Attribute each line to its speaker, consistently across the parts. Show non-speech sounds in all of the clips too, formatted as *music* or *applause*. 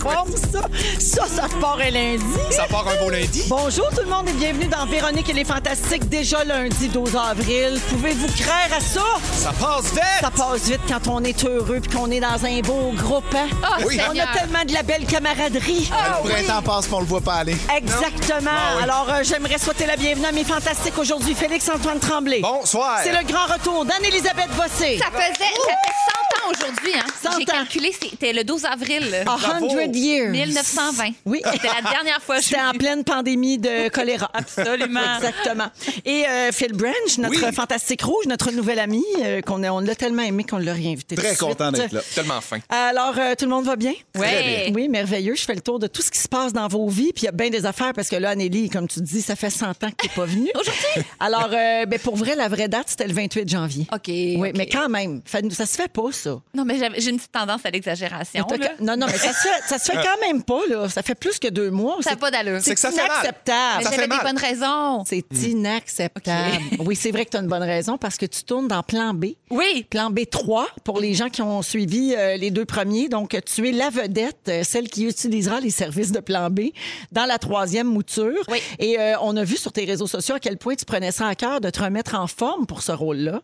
Speaker 1: forme, ça. Ça, ça part un lundi.
Speaker 2: Ça part un beau lundi.
Speaker 1: Bonjour tout le monde et bienvenue dans Véronique et les Fantastiques, déjà lundi 12 avril. Pouvez-vous craindre à ça?
Speaker 2: Ça passe vite.
Speaker 1: Ça passe vite quand on est heureux puis qu'on est dans un beau groupe. hein?
Speaker 3: Ah,
Speaker 2: Oui.
Speaker 1: On a tellement de la belle camaraderie. Ah.
Speaker 3: Ah,
Speaker 4: Le
Speaker 3: oui.
Speaker 4: printemps passe qu'on le voit pas aller.
Speaker 1: Exactement.
Speaker 2: Ah
Speaker 1: Alors, euh, j'aimerais souhaiter la bienvenue à mes fantastiques aujourd'hui, Félix-Antoine Tremblay.
Speaker 2: Bonsoir.
Speaker 1: C'est le grand retour d'Anne-Élisabeth Bossé.
Speaker 3: Ça faisait, ça fait 100 ans aujourd'hui. Hein.
Speaker 1: 100
Speaker 3: J'ai
Speaker 1: ans.
Speaker 3: calculé, c'était le 12 avril
Speaker 1: A
Speaker 2: Bravo.
Speaker 1: Ah, hundred years.
Speaker 3: 1920.
Speaker 2: *laughs*
Speaker 1: Oui.
Speaker 3: C'était la dernière fois que je suis
Speaker 1: C'était en
Speaker 3: venue.
Speaker 1: pleine pandémie
Speaker 3: *laughs*
Speaker 1: de choléra.
Speaker 3: Absolument.
Speaker 1: Exactement. Et euh, Phil Branch, notre
Speaker 2: Oui.
Speaker 1: fantastique rouge, notre nouvel ami, euh, qu'on a- on l'a tellement aimé qu'on l'a réinvité. tout
Speaker 4: Très
Speaker 1: de
Speaker 4: content
Speaker 1: suite.
Speaker 4: d'être là.
Speaker 2: Tellement fin.
Speaker 1: Alors, euh, tout le monde va bien?
Speaker 3: Ouais.
Speaker 1: Oui, merveilleux. Je fais le tour de tout ce qui se passe dans vos vies. Puis il y a bien des affaires parce que là, Anneli, comme tu dis, ça fait 100 ans que tu n'es pas venue.
Speaker 3: *laughs* Aujourd'hui?
Speaker 1: Alors, euh, ben, pour vrai, la vraie date, c'était le 28 janvier.
Speaker 3: OK,
Speaker 1: Oui,
Speaker 3: OK.
Speaker 1: mais quand même, fait- ça se fait pas, ça.
Speaker 3: Non, mais j'avais- j'ai une petite tendance à l'exagération.
Speaker 1: T'as-
Speaker 3: là.
Speaker 1: Non, non, mais ça se, fait, ça
Speaker 4: Ah.
Speaker 1: se fait quand même pas, là. Ça fait plus que deux mois.
Speaker 3: Ça n'a pas d'allure.
Speaker 2: C'est que ça fait mal.
Speaker 1: inacceptable.
Speaker 3: Mais
Speaker 2: ça fait
Speaker 3: j'avais des
Speaker 2: mal.
Speaker 3: bonnes raisons.
Speaker 1: C'est inacceptable. Oui, c'est vrai que tu as une bonne raison parce que tu tournes dans plan B.
Speaker 3: Oui.
Speaker 1: Plan B3 pour les gens qui ont suivi euh, les deux premiers. Donc, tu es la vedette, euh, celle qui utilisera les services de Plan B dans la troisième mouture.
Speaker 3: Oui.
Speaker 1: Et euh, on a vu sur tes réseaux sociaux à quel point tu prenais ça à cœur de te remettre en forme pour ce rôle-là.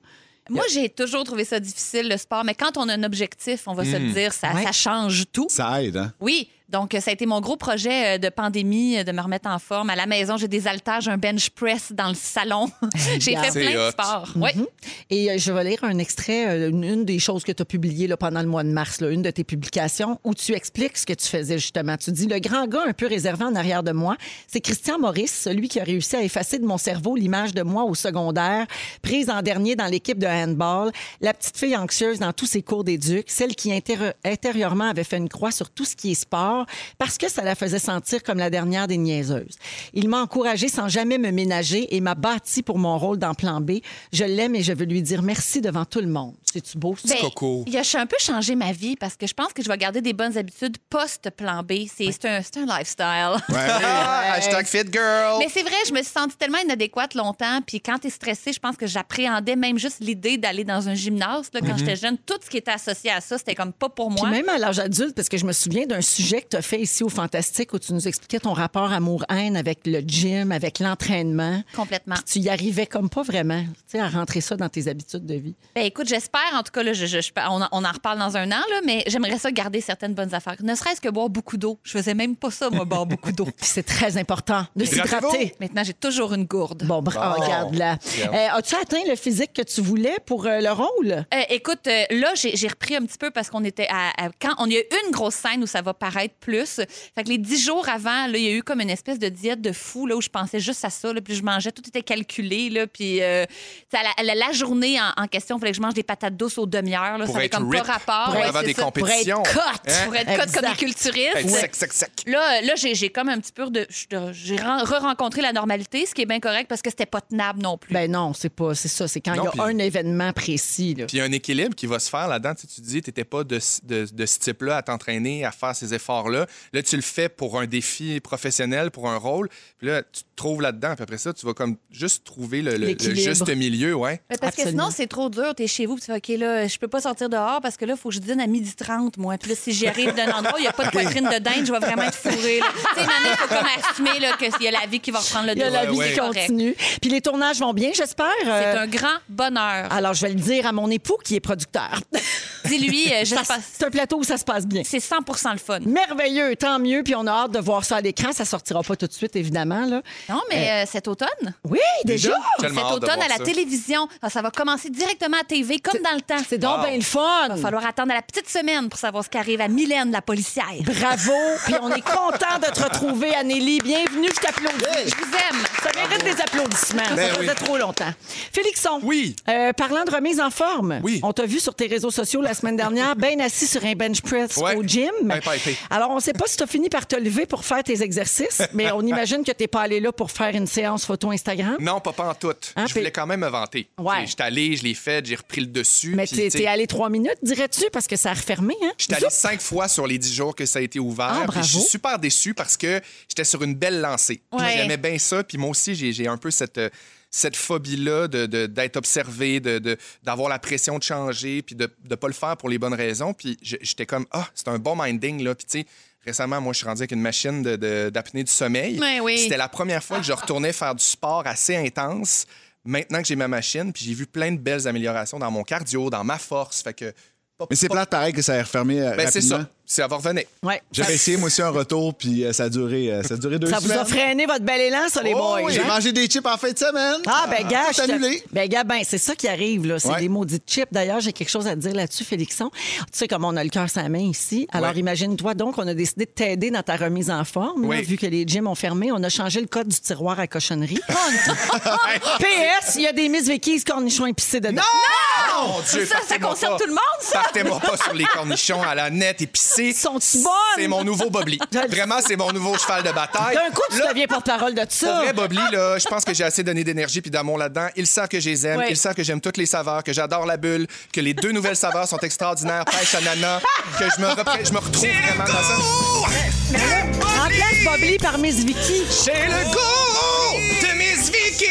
Speaker 3: Moi, j'ai toujours trouvé ça difficile, le sport, mais quand on a un objectif, on va
Speaker 2: Hmm.
Speaker 3: se le dire, ça,
Speaker 1: Ouais.
Speaker 3: ça change tout.
Speaker 4: Ça aide, hein?
Speaker 3: Oui, donc euh, ça a été mon gros projet euh, de pandémie, euh, de me remettre en forme. À la maison, j'ai des haltères, j'ai un bench press dans le salon. *laughs* j'ai
Speaker 1: Regarde.
Speaker 3: fait
Speaker 2: C'est
Speaker 3: plein
Speaker 2: hot.
Speaker 3: de sports.
Speaker 1: Mm-hmm.
Speaker 3: Oui.
Speaker 1: Et euh, je vais lire un extrait, euh, une, une des choses que tu as publiées là, pendant le mois de mars, là, une de tes publications, où tu expliques ce que tu faisais justement. Tu dis, le grand gars un peu réservé en arrière de moi, c'est Christian Maurice, celui qui a réussi à effacer de mon cerveau l'image de moi au secondaire, prise en dernier dans l'équipe de handball, la petite fille anxieuse dans tous ses cours d'éduc, celle qui intér- intérieurement avait fait une croix sur tout ce qui est sport, parce que ça la faisait sentir comme la dernière des niaiseuses. Il m'a encouragée sans jamais me ménager et m'a bâtie pour mon rôle dans Plan B. Je l'aime et je veux lui dire merci devant tout le monde. C'est-tu beau? ça?
Speaker 3: Ben,
Speaker 2: coco.
Speaker 3: il a- Je suis un peu changé ma vie parce que je pense que je vais garder des bonnes habitudes post-plan B. C'est c'est un, c'est un lifestyle.
Speaker 2: Ah, hashtag fit
Speaker 3: *laughs*
Speaker 2: girl.
Speaker 3: Mais c'est vrai, je me suis sentie tellement inadéquate longtemps. Puis quand t'es stressée, je pense que j'appréhendais même juste l'idée d'aller dans un gymnase. là, quand j'étais jeune, tout ce qui était associé à ça, c'était comme pas pour moi.
Speaker 1: Mm-hmm. Puis même à l'âge adulte, parce que je me souviens d'un sujet que tu as fait ici au Fantastique où tu nous expliquais ton rapport amour-haine avec le gym, avec l'entraînement.
Speaker 3: Complètement.
Speaker 1: Puis tu y arrivais comme pas vraiment, tu sais, à rentrer ça dans tes habitudes de vie.
Speaker 3: Ben écoute, j'espère, en tout cas, là, je, je- je- on, en- on en reparle dans un an, là, mais j'aimerais ça garder certaines bonnes affaires. Ne serait-ce que boire beaucoup d'eau. Je faisais même pas ça, moi, boire
Speaker 1: *laughs*
Speaker 3: beaucoup d'eau.
Speaker 1: Puis c'est très important de
Speaker 2: Hydratez-vous.
Speaker 1: s'hydrater.
Speaker 3: Maintenant, j'ai toujours une gourde.
Speaker 1: Bon, bra-
Speaker 2: Bon.
Speaker 1: regarde là.
Speaker 2: Bien.
Speaker 1: Euh, As-tu atteint le physique que tu voulais pour euh, le rôle?
Speaker 3: Euh, écoute, euh, là, j'ai j'ai repris un petit peu parce qu'on était à, à- Quand on y a eu une grosse scène où ça va paraître plus. Fait que les dix jours avant, là, il y a eu comme une espèce de diète de fou, là, où je pensais juste à ça, là, puis je mangeais, tout était calculé, là, puis euh, tu sais, à la, à la- la journée en, en question, il fallait que je mange des patates douces aux demi-heures, là,
Speaker 2: Pour
Speaker 3: ça avait
Speaker 2: être
Speaker 3: comme
Speaker 2: rip,
Speaker 3: pas rapport.
Speaker 2: pour
Speaker 3: Ouais,
Speaker 2: avoir
Speaker 3: c'est
Speaker 2: des
Speaker 3: ça.
Speaker 2: compé- compétition.
Speaker 1: Pour être cote.
Speaker 2: Hein?
Speaker 3: Pour être cote comme
Speaker 1: Exact.
Speaker 3: des culturistes.
Speaker 2: Être sec, sec, sec.
Speaker 3: Là, euh, là j'ai j'ai comme un petit peu de. je- J'ai ren- re-rencontré la normalité, ce qui est bien correct parce que c'était pas tenable non plus.
Speaker 1: Ben non, c'est pas, c'est ça. C'est quand il
Speaker 2: Non,
Speaker 1: y a
Speaker 2: puis-
Speaker 1: un événement précis. Là.
Speaker 2: Puis il y a un équilibre qui va se faire là-dedans. Tu, sais, tu dis, tu n'étais pas de, de- de ce type-là à t'entraîner, à faire ces efforts-là. Là, tu le fais pour un défi professionnel, pour un rôle. Puis là, tu te trouves là-dedans. Puis après ça, tu vas comme juste trouver le, le- le
Speaker 1: L'équilibre. Euh,
Speaker 2: juste milieu, ouais.
Speaker 3: Mais parce
Speaker 1: Absolument.
Speaker 3: que sinon, c'est trop dur. T'es chez vous, puis tu fais OK, là, je peux pas sortir dehors parce que là, il faut que je dîne à 12h30, moi. Puis là, si j'y arrive d'un endroit où il n'y a pas
Speaker 1: *laughs*
Speaker 3: de poitrine de dinde, je vais vraiment être fourrée. là. Tu sais, il faut comme assumer là, qu'il y a la vie qui va reprendre le
Speaker 1: Il y a la
Speaker 2: Ouais,
Speaker 1: vie
Speaker 2: ouais.
Speaker 1: qui
Speaker 3: correct.
Speaker 1: continue. Puis les tournages vont bien, j'espère.
Speaker 3: C'est
Speaker 1: Euh,
Speaker 3: un grand bonheur.
Speaker 1: Alors, je vais le dire à mon époux qui est
Speaker 3: *laughs*
Speaker 1: producteur.
Speaker 3: Dis-lui, euh, je
Speaker 1: Ça-
Speaker 3: passe-
Speaker 1: C'est un plateau où ça se passe bien.
Speaker 3: c'est 100 le fun.
Speaker 1: Merveilleux, tant mieux. Puis on a hâte de voir ça à l'écran. Ça sortira pas tout de suite, évidemment. Là.
Speaker 3: Non, mais euh, cet automne,
Speaker 1: Oui, déjà.
Speaker 2: Tellement
Speaker 3: cet
Speaker 2: hâte de
Speaker 3: automne
Speaker 2: voir
Speaker 3: à la
Speaker 2: ça.
Speaker 3: télévision, Ah, ça va commencer directement à TV, comme dans le temps.
Speaker 1: C'est donc
Speaker 2: Wow.
Speaker 1: bien le fun.
Speaker 3: Il va falloir attendre la petite semaine pour savoir ce qui arrive à Mylène, la policière.
Speaker 1: Bravo. Puis on est content de te retrouver, Anélie. Bienvenue, je t'applaudis.
Speaker 3: Je vous aime.
Speaker 1: Ça mérite des applaudissements.
Speaker 2: Ben
Speaker 1: ça faisait
Speaker 2: oui.
Speaker 1: trop longtemps. Félixon.
Speaker 2: Oui.
Speaker 1: euh, parlant de remise en forme.
Speaker 2: Oui.
Speaker 1: On t'a vu sur tes réseaux sociaux la semaine dernière,
Speaker 2: *laughs*
Speaker 1: bien assis sur un bench press
Speaker 2: Ouais.
Speaker 1: au gym.
Speaker 2: Ben pipé.
Speaker 1: Alors, on ne sait pas si tu as fini par te lever pour faire tes
Speaker 2: *laughs*
Speaker 1: exercices, mais on imagine que tu n'es pas allé là pour faire une séance photo Instagram.
Speaker 2: Non, pas, pas en tout.
Speaker 1: Hein,
Speaker 2: je
Speaker 1: puis-
Speaker 2: voulais quand même me vanter.
Speaker 1: Ouais.
Speaker 2: J'étais allé, je l'ai fait, j'ai repris le dessus.
Speaker 1: Mais
Speaker 2: puis,
Speaker 1: t'es
Speaker 2: tu sais,
Speaker 1: t'es allé trois minutes, dirais-tu, parce que ça a refermé. Hein?
Speaker 2: J'étais allé cinq fois sur les dix jours que ça a été ouvert.
Speaker 1: Ah,
Speaker 2: puis je suis
Speaker 1: bravo.
Speaker 2: super déçu parce que j'étais sur une belle lancée. Puis
Speaker 3: Ouais.
Speaker 2: J'aimais bien ça. Puis moi aussi, j'ai j'ai un peu cette, euh, cette phobie-là de- de- d'être observé, d'avoir de, d'avoir la pression de changer, puis de ne pas le faire pour les bonnes raisons. Puis je- j'étais comme, ah, c'est un bon minding. Là. Puis tu sais, Récemment, moi, je suis rendu avec une machine de- de- d'apnée du sommeil.
Speaker 3: Mais oui.
Speaker 2: C'était la première fois que je retournais faire du sport assez intense. Maintenant que j'ai ma machine, puis j'ai vu plein de belles améliorations dans mon cardio, dans ma force. Fait que. pas-
Speaker 4: Mais c'est
Speaker 2: pas-
Speaker 4: plate pareil que ça est refermé euh,
Speaker 2: Ben, c'est
Speaker 4: rapidement.
Speaker 2: ça. C'est avoir revenir.
Speaker 1: Ouais.
Speaker 4: J'avais essayé, moi aussi, un retour, puis euh, ça, a duré, euh, ça a duré deux
Speaker 1: Ça vous
Speaker 4: semaines.
Speaker 1: a freiné votre bel élan, ça, les
Speaker 4: Oh,
Speaker 1: boys.
Speaker 4: oui, J'ai
Speaker 1: hein?
Speaker 4: mangé des chips en fin de semaine.
Speaker 1: Ah, ben, gars,
Speaker 4: Tout
Speaker 1: je te-
Speaker 4: annulé.
Speaker 1: Ben, gars, ben, c'est ça qui arrive, là. C'est
Speaker 4: Ouais.
Speaker 1: des maudits chips. D'ailleurs, j'ai quelque chose à te dire là-dessus, Félixon. Tu sais, comme on a le cœur sa main ici. Alors,
Speaker 2: Ouais.
Speaker 1: imagine-toi donc, on a décidé de t'aider dans ta remise en forme. là,
Speaker 2: Oui.
Speaker 1: vu que les gyms ont fermé, on a changé le code du tiroir à
Speaker 2: *laughs*
Speaker 1: cochonnerie. PS, il y a des Miss Vicky's cornichons épicés dedans.
Speaker 2: Oh, mon Dieu,
Speaker 3: Ça, ça
Speaker 2: partez-moi
Speaker 3: concerne
Speaker 2: pas.
Speaker 3: tout le monde, ça?
Speaker 2: Partez-moi pas sur les cornichons à la nette épicée.
Speaker 1: Sont-ils bonnes?
Speaker 2: C'est mon nouveau Bobli. Vraiment, c'est mon nouveau cheval de bataille.
Speaker 1: D'un coup, tu
Speaker 2: Là,
Speaker 1: deviens porte-parole de
Speaker 2: Pour
Speaker 1: ça.
Speaker 2: vrai, Bobli, là, je pense que j'ai assez donné d'énergie puis d'amour là-dedans. Ils savent que je les aime,
Speaker 3: Ouais.
Speaker 2: ils savent que j'aime toutes les saveurs, que j'adore la bulle, que les deux nouvelles saveurs sont extraordinaires, pêche ananas, que je me, repré- je me retrouve vraiment dans ça.
Speaker 1: en place, Bobli par Miss Vicky.
Speaker 2: J'ai le goût de Miss Vicky!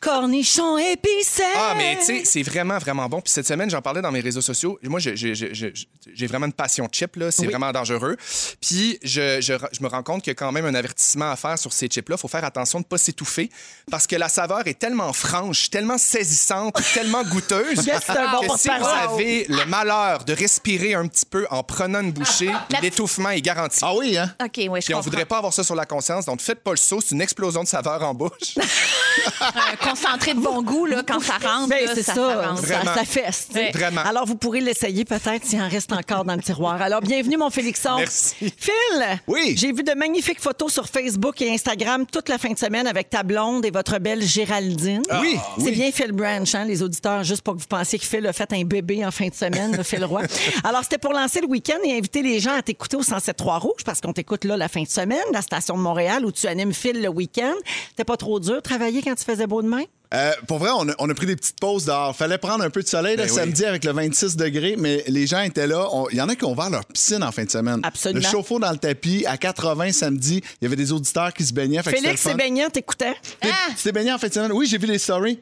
Speaker 1: Cornichons épicés.
Speaker 2: Ah, mais tu sais, c'est vraiment, vraiment bon. Puis cette semaine, j'en parlais dans mes réseaux sociaux. Moi, je- je- je- je- j'ai vraiment une passion chip, là. C'est vraiment dangereux. Puis je, je- je me rends compte qu'il y a quand même un avertissement à faire sur ces chips-là. Il faut faire attention de ne pas s'étouffer parce que la saveur est tellement franche, tellement saisissante, tellement goûteuse.
Speaker 1: Yes, c'est un bon
Speaker 2: que si vous
Speaker 1: porte-parole.
Speaker 2: avez le malheur de respirer un petit peu en prenant une bouchée,
Speaker 3: La-
Speaker 2: l'étouffement est garanti.
Speaker 4: Ah oui, hein?
Speaker 3: OK, oui, je
Speaker 2: Puis on
Speaker 3: comprends.
Speaker 2: voudrait pas avoir ça sur la conscience, donc faites pas le saut, c'est une explosion de saveur en bouche.
Speaker 3: Un Euh, concentré de bon goût, là, quand ça rentre,
Speaker 1: Ben,
Speaker 3: là,
Speaker 1: c'est
Speaker 3: ça,
Speaker 1: ça,
Speaker 3: ça
Speaker 1: ça,
Speaker 3: rentre.
Speaker 2: Vraiment.
Speaker 1: ça fesse. tu sais.
Speaker 3: Ouais.
Speaker 2: Vraiment.
Speaker 1: Alors, vous pourrez l'essayer peut-être s'il en reste encore dans le tiroir. Alors, bienvenue, mon Félixon.
Speaker 2: Merci.
Speaker 1: Phil,
Speaker 4: Oui.
Speaker 1: j'ai vu de magnifiques photos sur Facebook et Instagram toute la fin de semaine avec ta blonde et votre belle Géraldine.
Speaker 2: Ah,
Speaker 4: Oui,
Speaker 1: C'est
Speaker 4: oui.
Speaker 1: bien Phil Branch, hein, les auditeurs, juste pour que vous pensiez que Phil a fait un bébé en fin de semaine, le Phil
Speaker 2: *laughs*
Speaker 1: Roy. Alors, c'était pour lancer le week-end et inviter les gens à t'écouter au 107 Trois-Rouges parce qu'on t'écoute là la fin de semaine, la station de Montréal où tu animes Phil le week-end. C'était pas trop dur de travailler quand tu faisais beau de main?
Speaker 4: Euh, pour vrai, on a, on a pris des petites pauses dehors. Fallait prendre un peu de soleil le
Speaker 2: Ben oui.
Speaker 4: samedi avec le 26 degrés, mais les gens étaient là. On- Il y en a qui ont ouvert leur piscine en fin de semaine.
Speaker 1: Absolument.
Speaker 4: Le chauffe-eau dans le tapis à 80 samedi. Il y avait des auditeurs qui se baignaient. fait que
Speaker 1: Félix
Speaker 4: c'était
Speaker 1: et
Speaker 4: le fun.
Speaker 1: Baignant, t'écoutais?
Speaker 4: T'es-
Speaker 1: Hein?
Speaker 4: Tu t'es baigné en fin de semaine? Oui, j'ai vu les stories.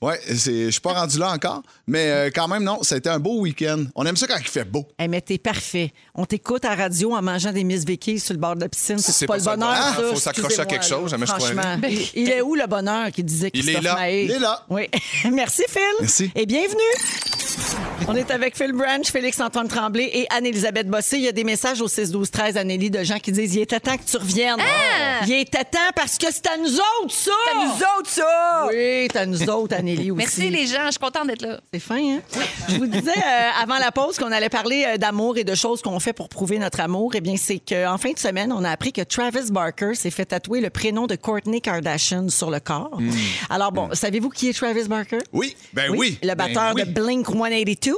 Speaker 4: Oui, je suis pas rendu là encore, mais euh, quand même, non, ça a été un beau week-end. On aime ça quand il fait beau.
Speaker 1: Eh, mais t'es parfait. On t'écoute à radio en mangeant des Miss Vicky sur le bord de la piscine. C'est
Speaker 2: C'est
Speaker 1: pas,
Speaker 2: pas
Speaker 1: le
Speaker 2: ça le
Speaker 1: bonheur,
Speaker 2: bonheur.
Speaker 1: ça.
Speaker 2: Faut s'accrocher
Speaker 1: Excusez-moi,
Speaker 2: à quelque
Speaker 1: là.
Speaker 2: chose, jamais je
Speaker 1: Franchement,
Speaker 3: Ben,
Speaker 2: croirais.
Speaker 1: il- il est où le bonheur qui disait
Speaker 2: Il est
Speaker 1: Christophe
Speaker 2: là.
Speaker 1: Maé?
Speaker 4: Il est là.
Speaker 1: Oui. *laughs* Merci, Phil.
Speaker 4: Merci.
Speaker 1: Et bienvenue. On est avec Phil Branch, Félix-Antoine Tremblay et Anne-Élisabeth Bossé. Il y a des messages au 6-12-13, Anneli, de gens qui disent « Il était temps que tu reviennes. Il était temps parce que c'est à nous autres, ça!
Speaker 3: Ah! C'est à nous autres, ça!
Speaker 1: Oui, c'est à nous autres,
Speaker 3: *laughs*
Speaker 1: Anneli, aussi.
Speaker 3: Merci, les gens. Je suis contente d'être là.
Speaker 1: C'est fin, hein? Je vous disais euh, avant la pause qu'on allait parler euh, d'amour et de choses qu'on fait pour prouver notre amour. Eh bien, c'est qu'en fin de semaine, on a appris que Travis Barker s'est fait tatouer le prénom de Courtney Kardashian sur le corps. Alors, bon, savez-vous qui est Travis Barker?
Speaker 4: Oui, Mm. ben
Speaker 1: Le batteur de Blink 182.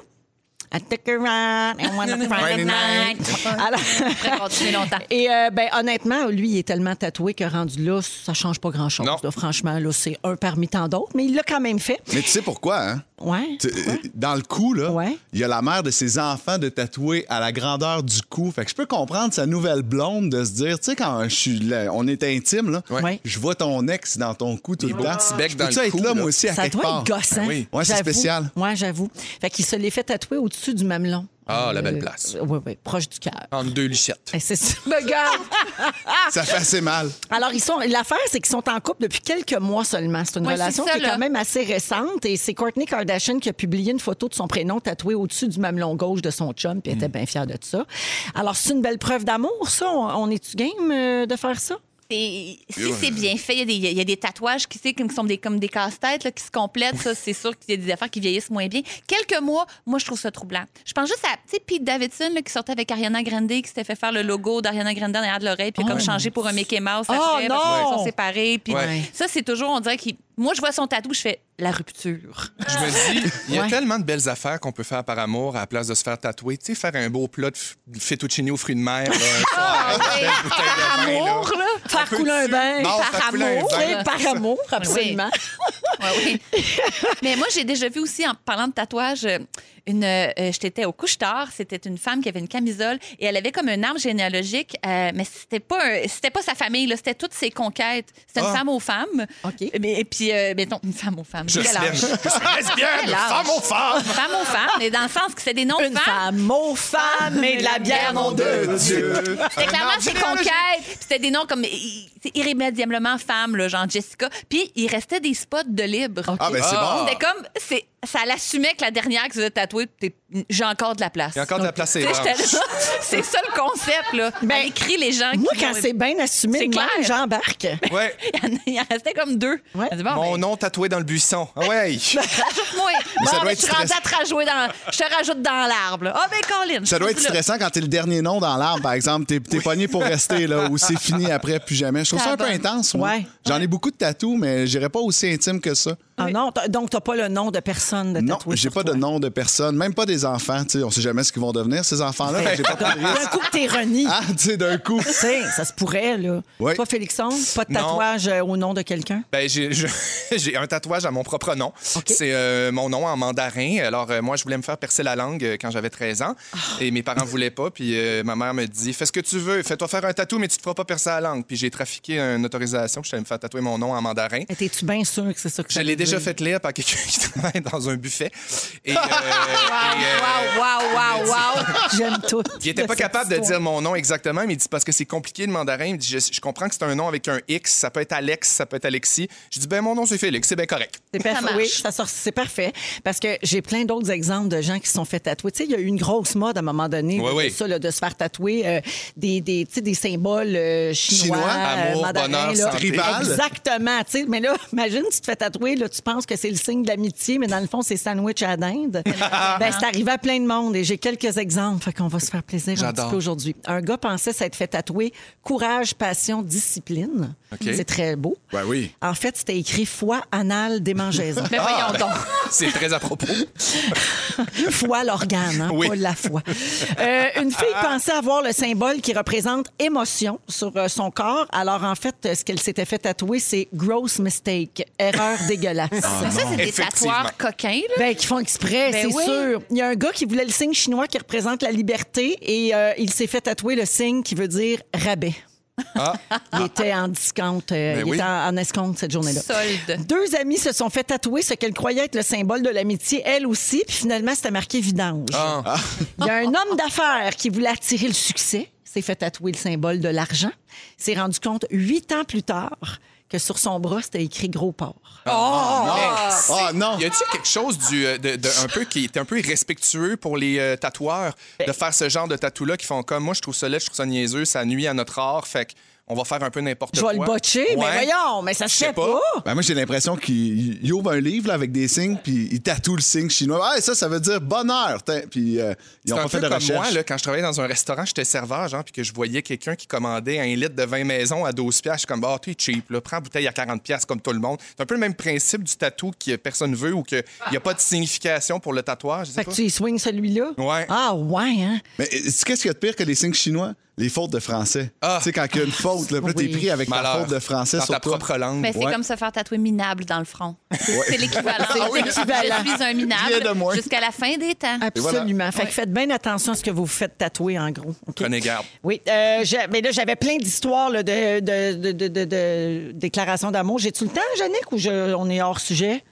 Speaker 1: I took a ride and wanna *laughs* Friday night. Alors,
Speaker 3: Je pourrais continuer longtemps.
Speaker 1: et euh, ben, honnêtement, lui, il est tellement tatoué que rendu là, ça change pas grand-chose.
Speaker 2: Non.
Speaker 1: là. Franchement, là, c'est un parmi tant d'autres, mais il l'a quand même fait.
Speaker 4: Mais tu sais pourquoi, hein?
Speaker 1: Ouais.
Speaker 4: Tu- euh, Dans le cou, là,
Speaker 1: Ouais.
Speaker 4: il y a la mère de ses enfants de tatouer à la grandeur du cou. Fait que je peux comprendre sa nouvelle blonde de se dire, tu sais, quand je suis là, on est intime, là,
Speaker 1: Ouais.
Speaker 4: je vois ton ex dans ton cou tout le temps.
Speaker 2: petit bec
Speaker 4: Je
Speaker 2: dans
Speaker 4: peux-tu
Speaker 2: le
Speaker 4: être
Speaker 2: cou,
Speaker 4: là,
Speaker 2: là?
Speaker 4: moi aussi, à
Speaker 1: Ça
Speaker 4: quelque
Speaker 1: doit
Speaker 4: part?
Speaker 1: être gossant.
Speaker 2: Ben oui.
Speaker 4: Ouais, c'est spécial.
Speaker 1: Moi, j'avoue. Fait qu'il se l'est fait tatouer au-dessus du mamelon. Euh,
Speaker 2: Ah, la belle place.
Speaker 1: Oui, oui, proche du cœur. *laughs*
Speaker 2: En deux lichettes.
Speaker 1: Eh, C'est ça. Ah!
Speaker 4: Ça fait
Speaker 1: *laughs*
Speaker 4: assez mal.
Speaker 1: Alors, ils sont. L'affaire, c'est qu'ils sont en couple depuis quelques mois seulement. C'est une
Speaker 3: Ouais,
Speaker 1: relation
Speaker 3: c'est ça,
Speaker 1: qui est
Speaker 3: là.
Speaker 1: quand même assez récente. Et c'est Courtney Kardashian qui a publié une photo de son prénom tatoué au-dessus du mamelon gauche de son chum, puis elle était
Speaker 2: Mm.
Speaker 1: bien fière de ça. Alors, c'est une belle preuve d'amour, ça. On, on est-tu game euh, de faire ça?
Speaker 3: Et si c'est bien fait, il y a des- il y, a des tatouages qui, tu sais, qui sont des, comme des casse-têtes là, qui se complètent. Ça, c'est sûr qu'il y a des affaires qui vieillissent moins bien. Quelques mois, moi, je trouve ça troublant. Je pense juste à tu sais, Pete Davidson là, qui sortait avec Ariana Grande, qui s'était fait faire le logo d'Ariana Grande en arrière de l'oreille, puis il a
Speaker 1: Oh,
Speaker 3: comme changé pour un Mickey Mouse
Speaker 1: Oh,
Speaker 3: après, parce qu'ils
Speaker 1: non!
Speaker 3: se sont séparés. Puis
Speaker 2: Ouais.
Speaker 3: ça, c'est toujours, on dirait qu'il. Moi, je vois son tatou, je fais la rupture.
Speaker 2: Je me dis, il y a
Speaker 1: Ouais.
Speaker 2: tellement de belles affaires qu'on peut faire par amour à la place de se faire tatouer. Tu sais, faire un beau plat de f- fettuccine aux fruits de mer. là, un soir, une belle bouteille de vin, Ben là.
Speaker 3: Amour, là.
Speaker 1: Faire couler un bain.
Speaker 2: Non,
Speaker 3: par
Speaker 2: faire couler un
Speaker 3: amour,
Speaker 2: bain.
Speaker 1: Oui, par amour, absolument.
Speaker 3: Ouais,
Speaker 1: *laughs*
Speaker 3: oui. Mais moi, j'ai déjà vu aussi, en parlant de tatouage, euh, une, euh, j'étais au couche-tard, c'était une femme qui avait une camisole et elle avait comme un arbre généalogique, euh, mais c'était pas, un- c'était pas sa famille, là, c'était toutes ses conquêtes. C'était une
Speaker 2: Ah.
Speaker 3: femme aux femmes.
Speaker 1: OK.
Speaker 3: Mais, et puis, Puis, euh, mettons, une femme aux femmes.
Speaker 2: Je suis
Speaker 3: Quel
Speaker 2: lesbienne,
Speaker 3: âge?
Speaker 2: je suis lesbienne,
Speaker 3: Quel âge?
Speaker 2: femme aux femmes.
Speaker 3: Femme aux femmes, mais dans le sens que c'est des noms de
Speaker 1: Une
Speaker 3: femmes.
Speaker 1: femme, aux femmes et de la bière, nom de Dieu.
Speaker 3: C'était clairement ses conquêtes. Puis C'était des noms comme i- i- irrémédiablement femme, là, genre Jessica. Puis il restait des spots de libre.
Speaker 4: Ah, ben c'est bon.
Speaker 3: C'était comme, c'est, ça l'assumait que la dernière que tu as tatouée, t'es- j'ai encore de la place.
Speaker 2: Il y a encore de la place,
Speaker 3: Tu
Speaker 2: c'est
Speaker 3: sais,
Speaker 2: rare.
Speaker 3: j'étais là. *laughs* C'est ça le concept, là.
Speaker 1: Ben,
Speaker 3: On écrit les gens
Speaker 1: Moi,
Speaker 3: qui
Speaker 1: quand
Speaker 3: vont-
Speaker 1: c'est Ben bien assumé,
Speaker 3: C'est
Speaker 1: de même,
Speaker 3: clair.
Speaker 1: j'embarque.
Speaker 2: Ouais.
Speaker 3: Il y en- il en restait comme deux.
Speaker 1: Ouais.
Speaker 3: Je dis, bon,
Speaker 2: Mon
Speaker 3: ben,
Speaker 2: nom tatoué dans le buisson. Ah ouais.
Speaker 3: Moi,
Speaker 2: ça
Speaker 3: bon,
Speaker 2: doit
Speaker 3: ben,
Speaker 2: être
Speaker 3: je suis rendue
Speaker 2: stress-
Speaker 3: à te rajouer dans. Je te rajoute dans l'arbre. là. Ah, ben, Colin.
Speaker 4: Ça doit être stressant quand t'es le dernier nom dans l'arbre, par exemple. T'es t'es pogné pour rester, là, ou c'est
Speaker 2: *laughs*
Speaker 4: fini après, plus jamais. Je trouve ça un peu
Speaker 3: Tabarnak.
Speaker 4: intense, moi.
Speaker 1: Ouais.
Speaker 4: J'en ai beaucoup de tatous, mais j'irai pas aussi intime que ça.
Speaker 1: Ah non, t'as- donc t'as pas le nom de personne de
Speaker 4: Non,
Speaker 1: tatoué
Speaker 4: j'ai
Speaker 1: sur
Speaker 4: pas
Speaker 1: toi.
Speaker 4: de nom de personne, même pas des enfants. Tu sais, on sait jamais ce qu'ils vont devenir, ces enfants-là. fait que j'ai pas pris
Speaker 2: *laughs*
Speaker 4: de
Speaker 1: D'un
Speaker 4: risque.
Speaker 1: coup, que t'es renie.
Speaker 4: Ah, tu sais, d'un coup.
Speaker 1: Tu sais, ça se pourrait, là.
Speaker 4: Oui.
Speaker 1: Toi, Félixon, pas de
Speaker 2: Non.
Speaker 1: tatouage euh, au nom de quelqu'un?
Speaker 2: Ben, j'ai je- *laughs* j'ai un tatouage à mon propre nom. C'est euh, mon nom en mandarin. Alors, euh, moi, je voulais me faire percer la langue euh, quand j'avais 13 ans. Et mes parents voulaient pas. Puis euh, ma mère me dit Fais ce que tu veux, fais-toi faire un tatou, mais tu te feras pas percer la langue. Puis j'ai trafiqué une autorisation que je allée me faire tatouer mon nom en mandarin.
Speaker 1: Et T'es-tu bien sûr que c'est ça que
Speaker 2: Je
Speaker 1: ça
Speaker 2: l'ai
Speaker 1: veut
Speaker 2: déjà
Speaker 1: dire?
Speaker 2: fait lire par quelqu'un qui *laughs* travaille dans un buffet.
Speaker 1: *laughs*
Speaker 2: Et, euh, et, euh,
Speaker 3: Wow, wow, wow, wow, wow.
Speaker 1: J'aime tout.
Speaker 2: Il n'était pas
Speaker 1: cette
Speaker 2: capable de
Speaker 1: histoire.
Speaker 2: dire mon nom exactement, mais il dit parce que c'est compliqué le mandarin. Il me dit je, je comprends que c'est un nom avec un X, ça peut être Alex, ça peut être Alexis. Je dis ben mon nom c'est Félix, c'est bien correct.
Speaker 1: C'est parfait.
Speaker 3: marche.
Speaker 1: oui, ça sort- c'est parfait. Parce que j'ai plein d'autres exemples de gens qui se sont fait tatouer. Tu sais, il y a eu une grosse mode à un moment donné
Speaker 2: Oui,
Speaker 1: de,
Speaker 2: oui.
Speaker 1: ça, là, de se faire tatouer euh, des, des, tu sais, des symboles euh, chinois,
Speaker 4: Chinois,
Speaker 1: euh,
Speaker 2: amour,
Speaker 1: mandarins,
Speaker 2: bonheur,
Speaker 1: là.
Speaker 2: santé.
Speaker 4: Tribal.
Speaker 1: Exactement. tu sais. Mais là, *laughs* imagine, tu te fais tatouer, là, tu penses que c'est le signe de l'amitié, mais dans le fond, c'est sandwich à
Speaker 2: *laughs*
Speaker 1: dinde. ben, c'est arrivé à plein de monde et j'ai quelques exemples. Fait qu'on va se faire plaisir un
Speaker 2: J'adore.
Speaker 1: petit peu aujourd'hui. Un gars pensait s'être fait tatouer courage, passion, discipline.
Speaker 2: OK.
Speaker 1: C'est très beau.
Speaker 4: Ben oui.
Speaker 1: En fait, c'était écrit foie, anal,
Speaker 2: *laughs*
Speaker 1: démangeaison.
Speaker 2: Ah.
Speaker 3: Mais voyons donc.
Speaker 2: C'est très à
Speaker 1: *laughs*
Speaker 2: propos.
Speaker 1: foi l'organe, hein,
Speaker 2: Oui. Ah.
Speaker 1: pas la foi. Euh, une fille pensait avoir le symbole qui représente émotion sur euh, son corps. Alors, en fait, euh, ce qu'elle s'était fait tatouer, c'est gross mistake,
Speaker 2: *laughs*
Speaker 1: erreur dégueulasse.
Speaker 2: Ah.
Speaker 3: Mais ça, c'est des
Speaker 2: ben, Effectivement.
Speaker 3: tatouages coquins, là.
Speaker 1: Ben, qui font exprès,
Speaker 3: Ben
Speaker 1: c'est
Speaker 3: oui.
Speaker 1: sûr. Il y a un gars qui voulait le signe chinois qui représente la liberté et euh, il s'est fait tatouer le signe qui veut dire rabais.
Speaker 2: Ah.
Speaker 1: Il était en discount, euh,
Speaker 2: Ben
Speaker 1: il
Speaker 2: oui.
Speaker 1: était en, en escompte cette journée-là.
Speaker 3: Solde.
Speaker 1: Deux amies se sont fait tatouer ce qu'elles croyaient être le symbole de l'amitié, elles aussi, puis finalement, c'était marqué vidange.
Speaker 2: Ah.
Speaker 1: Il y a un homme d'affaires qui voulait attirer le succès, s'est fait tatouer le symbole de l'argent, s'est rendu compte huit ans plus tard que sur son bras, c'était écrit gros porc.
Speaker 4: Ah, ah, non.
Speaker 2: Y a-t-il quelque chose du, euh, de, de- un peu qui est un peu irrespectueux pour les euh, tatoueurs de faire ce genre de tatou-là qui font comme moi, je trouve ça laid, je trouve ça niaiseux, ça nuit à notre art, fait que on va faire un peu n'importe
Speaker 1: Je
Speaker 2: quoi.
Speaker 1: vais le botcher, mais
Speaker 2: Ouais.
Speaker 1: voyons, mais ça se
Speaker 2: Je sais
Speaker 1: fait pas.
Speaker 2: pas.
Speaker 4: Ben moi, j'ai l'impression qu'il il ouvre un livre là, avec des signes, puis il tatoue le signe chinois. Ah, ça, ça veut dire bonheur. Tiens, Puis euh, ils
Speaker 2: C'est
Speaker 4: ont
Speaker 2: un
Speaker 4: pas fait
Speaker 2: peu
Speaker 4: de
Speaker 2: comme
Speaker 4: recherche.
Speaker 2: moi, là, quand je travaillais dans un restaurant, j'étais serveur, genre, puis que je voyais quelqu'un qui commandait un litre de vin maison à 12 piastres. Je suis comme, ah, tu es cheap, là, prends la bouteille à 40 piastres comme tout le monde. C'est un peu le même principe du tatou que personne veut ou qu'il n'y a pas de signification pour le tatouage. Je sais
Speaker 1: Fait que
Speaker 2: pas.
Speaker 1: tu y swings celui-là?
Speaker 2: Ouais.
Speaker 1: Ah, ouais, hein?
Speaker 4: Mais euh, tu sais, qu'est-ce qu'il y a de pire que les signes chinois? Les fautes de français.
Speaker 2: Ah.
Speaker 4: Tu sais, quand il y a une faute, là, puis là, t'es
Speaker 1: Oui.
Speaker 4: pris avec la
Speaker 2: Malheur.
Speaker 4: faute de français
Speaker 2: dans
Speaker 4: sur
Speaker 2: ta
Speaker 4: toi.
Speaker 2: propre langue.
Speaker 3: Mais Ben, c'est
Speaker 4: Ouais.
Speaker 3: comme se faire tatouer minable dans le
Speaker 2: *laughs*
Speaker 3: front. C'est l'équivalent.
Speaker 1: C'est
Speaker 3: Je suis-
Speaker 1: l'équivalent. Ah.
Speaker 3: Je suis un
Speaker 4: Rien de
Speaker 3: minable
Speaker 4: moins.
Speaker 3: jusqu'à la fin des temps.
Speaker 1: Absolument. Fait que faites bien attention à ce que vous vous faites tatouer, en gros. OK?
Speaker 2: Prenez garde.
Speaker 1: Oui, euh, j'ai- mais là, j'avais plein d'histoires là, de, de, de, de- de- de déclarations d'amour. J'ai-tu le temps, Jannick, ou je- on est hors sujet?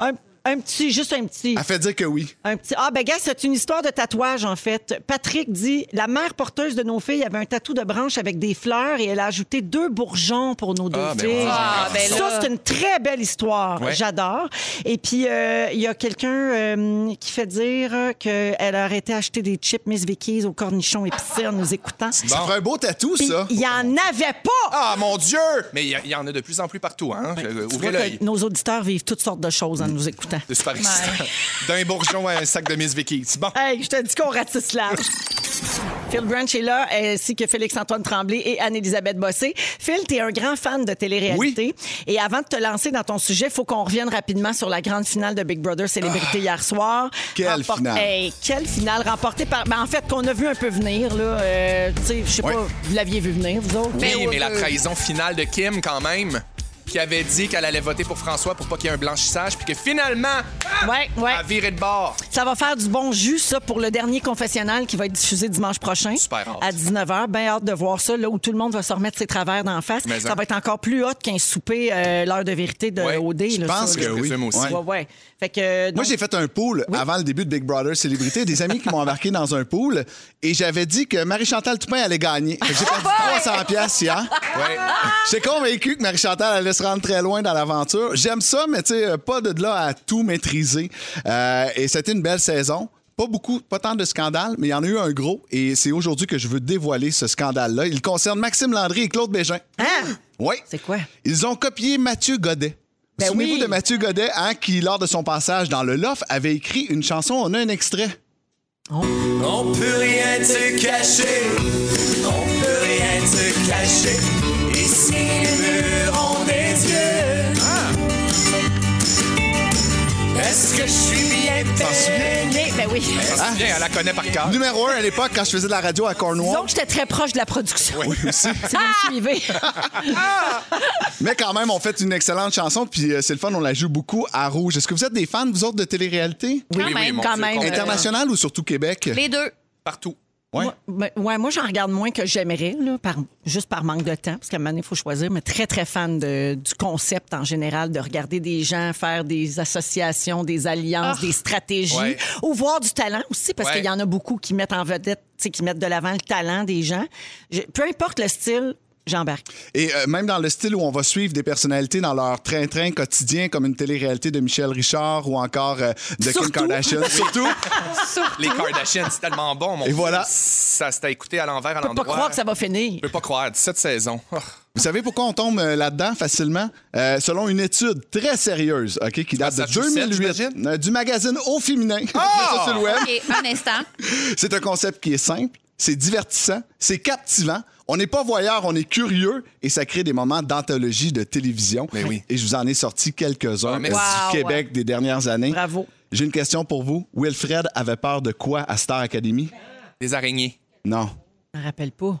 Speaker 1: Un, un petit, juste un petit.
Speaker 4: Elle fait dire que oui.
Speaker 1: Un petit... Ah, ben, gars, c'est une histoire de tatouage, en fait. Patrick dit La mère porteuse de nos filles avait un tatou de branche avec des fleurs et elle a ajouté deux bourgeons pour nos deux
Speaker 2: Ah, ben
Speaker 1: filles.
Speaker 2: ouais.
Speaker 3: Ah, ben là.
Speaker 1: Ça, c'est une très belle histoire.
Speaker 2: Ouais.
Speaker 1: J'adore. Et puis, euh, il y a quelqu'un euh, qui fait dire qu'elle aurait été acheter des chips Miss Vickies au cornichon épicé en nous écoutant.
Speaker 4: Ça ferait un beau tatou,
Speaker 1: Puis,
Speaker 4: ça.
Speaker 1: Il y en avait pas!
Speaker 2: Ah, mon Dieu! Mais il y a- il y, en a de plus en plus partout, hein? Je-
Speaker 1: Tu vois
Speaker 2: Ouvrez
Speaker 1: que
Speaker 2: l'œil.
Speaker 1: nos auditeurs vivent toutes sortes de choses en nous écoutant.
Speaker 2: De super excitant. *laughs* D'un bourgeon à un sac de Miss Vicky. C'est Bon.
Speaker 1: Hey, je te dis qu'on ratisse large. Phil Branch est là, ainsi que Félix-Antoine Tremblay et Anne-Élisabeth Bossé. Phil, t'es un grand fan de télé-réalité. Et avant de te lancer dans ton sujet, faut qu'on revienne rapidement sur la grande finale de Big Brother
Speaker 2: Ah,
Speaker 1: Célébrité hier soir.
Speaker 4: Quelle
Speaker 1: Remporte-
Speaker 4: finale.
Speaker 1: Hey, quelle finale remportée par... ben, en fait, qu'on a vu un peu venir, là. Euh, tu sais, je sais
Speaker 2: Oui.
Speaker 1: pas, vous l'aviez vu venir, vous autres?
Speaker 2: Oui,
Speaker 3: oui,
Speaker 2: mais la
Speaker 3: oui.
Speaker 2: trahison finale de Kim, quand même. qui avait dit qu'elle allait voter pour François pour pas qu'il y ait un blanchissage, puis que finalement, ah,
Speaker 1: Ouais, ouais.
Speaker 2: elle a viré de bord.
Speaker 1: Ça va faire du bon jus, ça, pour le dernier confessionnal qui va être diffusé dimanche prochain.
Speaker 2: Super hâte.
Speaker 1: À 19h. Bien hâte de voir ça, là où tout le monde va se remettre ses travers d'en face.
Speaker 2: Mais
Speaker 1: ça
Speaker 2: hein.
Speaker 1: va être encore plus hot qu'un souper, euh, l'heure de vérité de
Speaker 2: Ouais,
Speaker 1: OD.
Speaker 4: je
Speaker 1: là,
Speaker 4: pense
Speaker 1: ça,
Speaker 4: que
Speaker 1: là.
Speaker 2: oui.
Speaker 4: oui.
Speaker 2: aussi.
Speaker 1: Ouais, ouais. Fait que, euh, donc-
Speaker 4: Moi, j'ai fait un pool avant le début de Big Brother Célébrité. Des amis qui m'ont embarqué dans un pool et j'avais dit que Marie-Chantal Toupin allait gagner. Fait que J'ai
Speaker 1: Ah
Speaker 4: perdu 300 piastres hier.
Speaker 2: Ouais.
Speaker 4: J'étais convaincu que Marie-Chantal allait se rendre très loin dans l'aventure. J'aime ça, mais tu sais, euh, pas de là à tout maîtriser. Euh, et c'était une belle saison. Pas beaucoup, pas tant de scandales, mais il y en a eu un gros. Et c'est aujourd'hui que je veux dévoiler ce scandale-là. Il concerne Maxime Landry et Claude Bégin.
Speaker 1: Hein?
Speaker 4: Oui.
Speaker 1: C'est quoi?
Speaker 4: Ils ont copié Mathieu Godet.
Speaker 1: Ben
Speaker 4: Souvenez-vous
Speaker 1: oui.
Speaker 4: de Mathieu Godet, hein, qui, lors de son passage dans le Loft, avait écrit une chanson. On a un extrait.
Speaker 5: On peut rien te cacher, on peut rien te cacher. Ici les murs ont des yeux. Est-ce que je suis bien peigné?
Speaker 1: Ben oui.
Speaker 2: Ah, bien, elle la connaît par cœur.
Speaker 4: Numéro un à l'époque, quand je faisais de la radio à
Speaker 1: *laughs*
Speaker 4: Cornwall.
Speaker 1: Donc, j'étais très proche de la production. Si vous me suivez.
Speaker 4: Mais quand même, on fait une excellente chanson, puis euh, c'est le fun, on la joue beaucoup à Rouge. Est-ce que vous êtes des fans, vous autres, de télé-réalité?
Speaker 3: Quand
Speaker 2: *laughs* Oui, oui,
Speaker 3: même.
Speaker 2: mon
Speaker 1: quand
Speaker 2: Dieu,
Speaker 1: même.
Speaker 2: complètement.
Speaker 4: International ou surtout Québec?
Speaker 3: Les deux.
Speaker 2: Partout.
Speaker 4: Ouais.
Speaker 1: Moi, ben, ouais, moi j'en regarde moins que j'aimerais, là, par, juste par manque de temps, parce qu'à un moment donné, il faut choisir, mais très, très fan de- du concept en général, de regarder des gens faire des associations, des alliances, des stratégies,
Speaker 2: Ouais.
Speaker 1: ou voir du talent aussi, parce
Speaker 2: Ouais.
Speaker 1: qu'il y en a beaucoup qui mettent en vedette, tu sais, qui mettent de l'avant le talent des gens. Je- peu importe le style, j'embarque.
Speaker 4: Et euh, même dans le style où on va suivre des personnalités dans leur train-train quotidien, comme une télé-réalité de Michel Richard ou encore euh, de Kim
Speaker 1: Surtout.
Speaker 4: Kardashian. Surtout.
Speaker 2: *laughs* Les Kardashians, c'est tellement bon, mon
Speaker 4: Et voilà.
Speaker 2: Ça s'est écouté à l'envers, à
Speaker 1: Je peux pas
Speaker 2: l'endroit.
Speaker 1: croire que ça va finir.
Speaker 2: Je peux pas croire. 17 saisons. Oh.
Speaker 4: Vous savez pourquoi on tombe euh, là-dedans facilement? Euh, selon une étude très sérieuse, OK, qui date de
Speaker 2: Massachusetts,
Speaker 4: 2008,
Speaker 2: j'imagine? Ah!
Speaker 4: euh, du magazine Au Féminin. Ça, *laughs* sur le web.
Speaker 3: OK, un instant.
Speaker 4: C'est un concept qui est simple, c'est divertissant, c'est captivant. On n'est pas voyeur, on est curieux et ça crée des moments d'anthologie de télévision.
Speaker 2: Mais oui.
Speaker 4: Et je vous en ai sorti quelques-uns
Speaker 2: Ah,
Speaker 4: euh,
Speaker 2: mais-
Speaker 4: du
Speaker 3: Wow,
Speaker 4: Québec des dernières années.
Speaker 1: Bravo.
Speaker 4: J'ai une question pour vous. Wilfred avait peur de quoi à Star Academy?
Speaker 2: Des araignées.
Speaker 4: Non.
Speaker 1: Je me rappelle pas.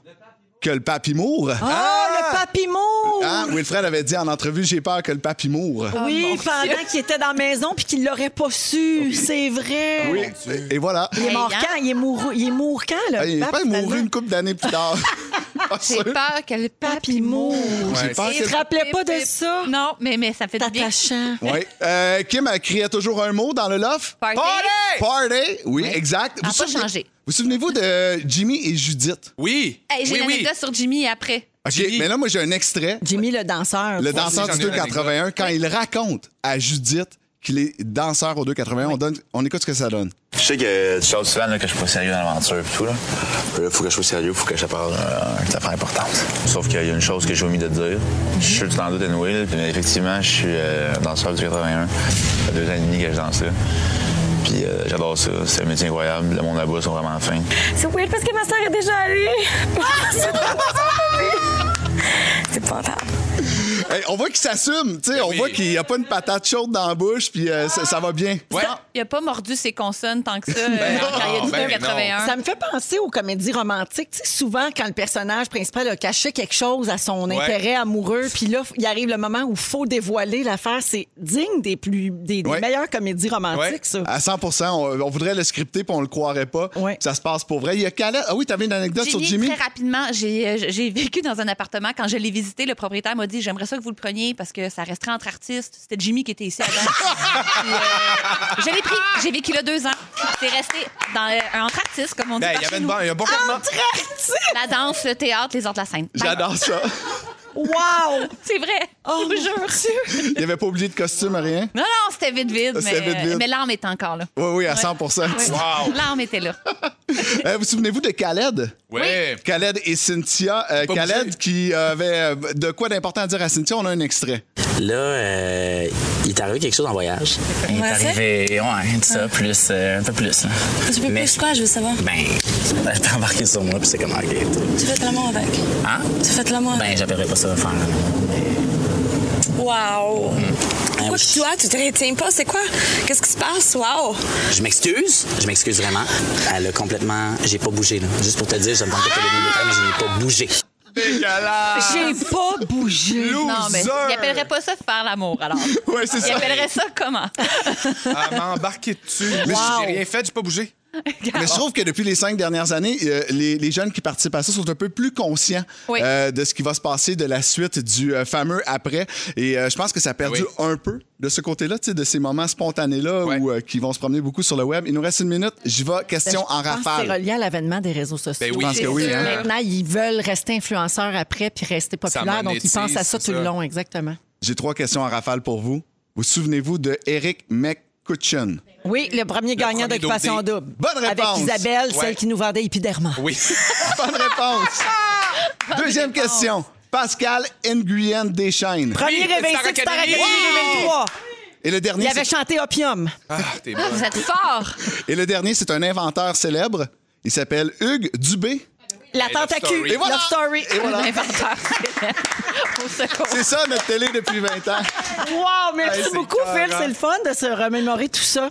Speaker 4: Que le papy mourre?
Speaker 1: Ah, le papy Moore!
Speaker 4: Hein? Wilfred avait dit en entrevue, j'ai peur que le papy mourre.
Speaker 1: Oui, pendant qu'il était dans la maison puis qu'il l'aurait pas su. C'est vrai.
Speaker 4: Oui. Et voilà.
Speaker 1: Il est
Speaker 3: Hey,
Speaker 1: mort
Speaker 3: hein?
Speaker 1: quand? Il est mouru- il est mort quand, là?
Speaker 4: Ah, Il est
Speaker 1: Pap,
Speaker 4: pas mouru
Speaker 1: finalement?
Speaker 4: une couple d'années
Speaker 1: *laughs*
Speaker 4: plus tard. Pas
Speaker 3: J'ai
Speaker 4: sûr.
Speaker 3: peur que le papy mourre.
Speaker 4: J'ai peur
Speaker 2: c'est-
Speaker 1: Tu
Speaker 4: que-
Speaker 1: te rappelais pas de ça?
Speaker 3: Non, mais, mais ça fait du bien.
Speaker 1: T'attachant.
Speaker 4: Oui. Euh, Kim elle criait toujours un mot dans le loft.
Speaker 3: Party.
Speaker 4: Party! Oui, exact.
Speaker 3: Ça a pas
Speaker 4: souvenez-
Speaker 3: changé.
Speaker 4: Vous souvenez-vous de Jimmy et Judith?
Speaker 2: Oui.
Speaker 3: Hey, J'ai
Speaker 2: oui,
Speaker 3: une
Speaker 2: oui.
Speaker 3: anecdote sur Jimmy après.
Speaker 4: OK,
Speaker 2: Ah, Jimmy.
Speaker 4: mais là, moi, j'ai un extrait.
Speaker 1: Jimmy, le danseur.
Speaker 4: Le
Speaker 1: Faut-
Speaker 4: danseur
Speaker 2: j'en
Speaker 4: du
Speaker 2: ai une
Speaker 4: 281, quand il raconte à Judith qu'il est danseur au 281, on, donne, on écoute ce que ça
Speaker 2: *laughs*
Speaker 4: donne.
Speaker 6: Je sais que tu sors souvent là, que je suis pas sérieux dans l'aventure et tout. Là. Mais là, faut que je sois sérieux, faut que je parle euh, une affaire importante. Sauf qu'il y a une chose que j'ai omis de te dire. Je suis sûr que tu t'en doutes, anyway, là, mais effectivement, je suis euh, danseur du 81. Ça fait deux ans et demi que je danse là. Puis euh, j'adore ça. C'est un métier incroyable. Le monde là-bas sont vraiment fins.
Speaker 7: C'est weird parce que ma soeur est déjà allée. *laughs* C'est pas grave.
Speaker 4: Hey, on voit qu'il s'assume, tu sais, on
Speaker 2: Ben oui.
Speaker 4: voit qu'il n'y a pas une patate chaude dans la bouche, puis euh, ça, ça va bien.
Speaker 3: Ah,
Speaker 2: Ouais.
Speaker 3: Il a pas mordu ses consonnes tant
Speaker 2: *laughs*
Speaker 3: que ça euh, quand il a
Speaker 2: non,
Speaker 3: dit
Speaker 2: ben non.
Speaker 3: 81.
Speaker 1: Ça me fait penser aux comédies romantiques. Tu sais, souvent, quand le personnage principal a caché quelque chose à son
Speaker 2: Ouais.
Speaker 1: intérêt amoureux, puis là, il arrive le moment où faut dévoiler l'affaire. C'est digne des plus des, des
Speaker 4: Ouais.
Speaker 1: meilleures comédies romantiques,
Speaker 2: Ouais.
Speaker 1: ça.
Speaker 4: À 100 on, on voudrait le scripter, puis on le croirait pas.
Speaker 1: Ouais.
Speaker 4: Ça se passe pour vrai. Il y a Calais. Ah oui, t'avais une anecdote sur
Speaker 3: Jimmy,
Speaker 4: Jimmy?
Speaker 3: très rapidement, j'ai euh, j'ai vécu dans un appartement. Quand je l'ai visité, le propriétaire m'a dit J'aimerais ça que vous le preniez parce que ça resterait entre artistes. C'était Jimmy qui était ici
Speaker 2: *laughs*
Speaker 3: avant. Puis, euh, je l'ai pris. J'ai vécu là deux ans. C'est resté dans, euh, entre artistes, comme on dit.
Speaker 2: Ben,
Speaker 3: par
Speaker 2: il
Speaker 3: chez
Speaker 2: y avait une
Speaker 3: nous.
Speaker 2: bonne- un bon campement.
Speaker 3: La danse, le théâtre, les arts de la scène. Bye. *laughs*
Speaker 4: J'adore ça.
Speaker 1: Wow!
Speaker 3: C'est vrai.
Speaker 1: Oh, mon Dieu.
Speaker 4: Il avait pas oublié de costume, rien.
Speaker 3: Non, non, c'était vite, vite.
Speaker 4: C'était
Speaker 3: Mais,
Speaker 4: vite, vite.
Speaker 3: mais l'âme est encore là.
Speaker 4: Oui, oui, à 100
Speaker 2: Wow.
Speaker 3: L'âme était
Speaker 4: *laughs*
Speaker 3: là.
Speaker 4: Euh, Vous souvenez-vous de Khaled?
Speaker 2: Ouais.
Speaker 4: Khaled et Cynthia. Euh,
Speaker 2: Pas
Speaker 4: Khaled
Speaker 2: bougé.
Speaker 4: qui euh, avait euh, de quoi d'important à dire à Cynthia, on a un extrait.
Speaker 8: Là, euh, il est arrivé quelque chose en voyage.
Speaker 6: Il est
Speaker 9: Ouais, ça?
Speaker 6: arrivé, ouais, tout ça, plus, euh, un peu plus. là.
Speaker 9: Tu peux
Speaker 6: Mais-
Speaker 9: plus quoi, je veux savoir.
Speaker 6: Ben, *laughs* elle t'a embarqué sur moi, puis c'est comme, ok.
Speaker 9: Tu fais l'amour avec.
Speaker 6: Hein?
Speaker 9: Tu fais l'amour avec.
Speaker 6: Ben, j'appellerais pas ça faire.
Speaker 9: Wow.
Speaker 6: moi,
Speaker 9: Pourquoi
Speaker 6: je-
Speaker 9: toi, tu te retiens pas? C'est quoi? Qu'est-ce qui se passe? Wow.
Speaker 6: Je m'excuse, je m'excuse vraiment. Elle a complètement. J'ai pas bougé, là. Juste pour te dire, je me demandais qu'elle est venue le faire, mais je n'ai pas bougé.
Speaker 2: Dégueulasse!
Speaker 1: J'ai pas bougé.
Speaker 2: Loser!
Speaker 3: Non, mais il appellerait pas ça faire l'amour, alors.
Speaker 4: *laughs* Ouais, c'est
Speaker 3: Il
Speaker 4: ça.
Speaker 3: appellerait ça comment?
Speaker 2: Ah, m'embarquer dessus. Mais
Speaker 1: Wow.
Speaker 2: j'ai rien fait, j'ai pas bougé.
Speaker 1: Ah.
Speaker 4: Mais je trouve que depuis les cinq dernières années, euh, les, les jeunes qui participent à ça sont un peu plus conscients
Speaker 3: Oui.
Speaker 4: euh, de ce qui va se passer de la suite du euh, fameux après. Et euh, je pense que ça a perdu
Speaker 2: Oui.
Speaker 4: un peu de ce côté-là, tu sais, de ces moments spontanés-là
Speaker 2: Ouais.
Speaker 4: où, euh, qui vont se promener beaucoup sur le web. Il nous reste une minute. J'y vais. Question en
Speaker 1: Je pense que C'est
Speaker 4: rafale.
Speaker 1: relié à l'avènement des réseaux sociaux.
Speaker 2: Ben oui,
Speaker 4: pense que oui,
Speaker 2: c'est
Speaker 4: hein.
Speaker 2: sûr.
Speaker 1: Maintenant, ils veulent rester influenceurs après puis rester
Speaker 2: Ça
Speaker 1: populaires. Donc, ils
Speaker 2: monétise,
Speaker 1: pensent à ça
Speaker 2: c'est
Speaker 1: tout le
Speaker 2: ça.
Speaker 1: long, exactement.
Speaker 4: J'ai trois questions en rafale pour vous. Vous souvenez-vous de Eric McCutcheon?
Speaker 1: Oui, le premier gagnant
Speaker 2: premier
Speaker 1: d'occupation
Speaker 2: double
Speaker 1: double.
Speaker 4: Bonne réponse.
Speaker 1: Avec Isabelle,
Speaker 2: Ouais.
Speaker 1: celle qui nous vendait épiderma.
Speaker 2: Oui. *laughs*
Speaker 4: *laughs* Bonne réponse. Deuxième question. Pascal Nguyen Deschaines.
Speaker 1: Premier
Speaker 2: Oui,
Speaker 1: réveillé
Speaker 2: Star
Speaker 1: de Star
Speaker 2: Academy.
Speaker 1: Academy 2003.
Speaker 4: Et le dernier,
Speaker 1: Il avait
Speaker 4: c'est-
Speaker 1: chanté Opium.
Speaker 2: Ah, t'es
Speaker 3: Ah, vous
Speaker 2: bonne.
Speaker 3: êtes fort!
Speaker 4: et le dernier, c'est un inventeur célèbre. Il s'appelle Hugues Dubé.
Speaker 1: La tente
Speaker 2: Love
Speaker 1: à cul.
Speaker 2: Story.
Speaker 4: Et voilà.
Speaker 1: Love Story. *laughs*
Speaker 4: Et voilà.
Speaker 3: L'inventeur. Au secours.
Speaker 4: C'est ça notre télé depuis 20 ans.
Speaker 1: Wow, merci
Speaker 2: Hey, c'est
Speaker 1: beaucoup, Phil.
Speaker 2: carré.
Speaker 1: C'est le fun de se remémorer tout ça.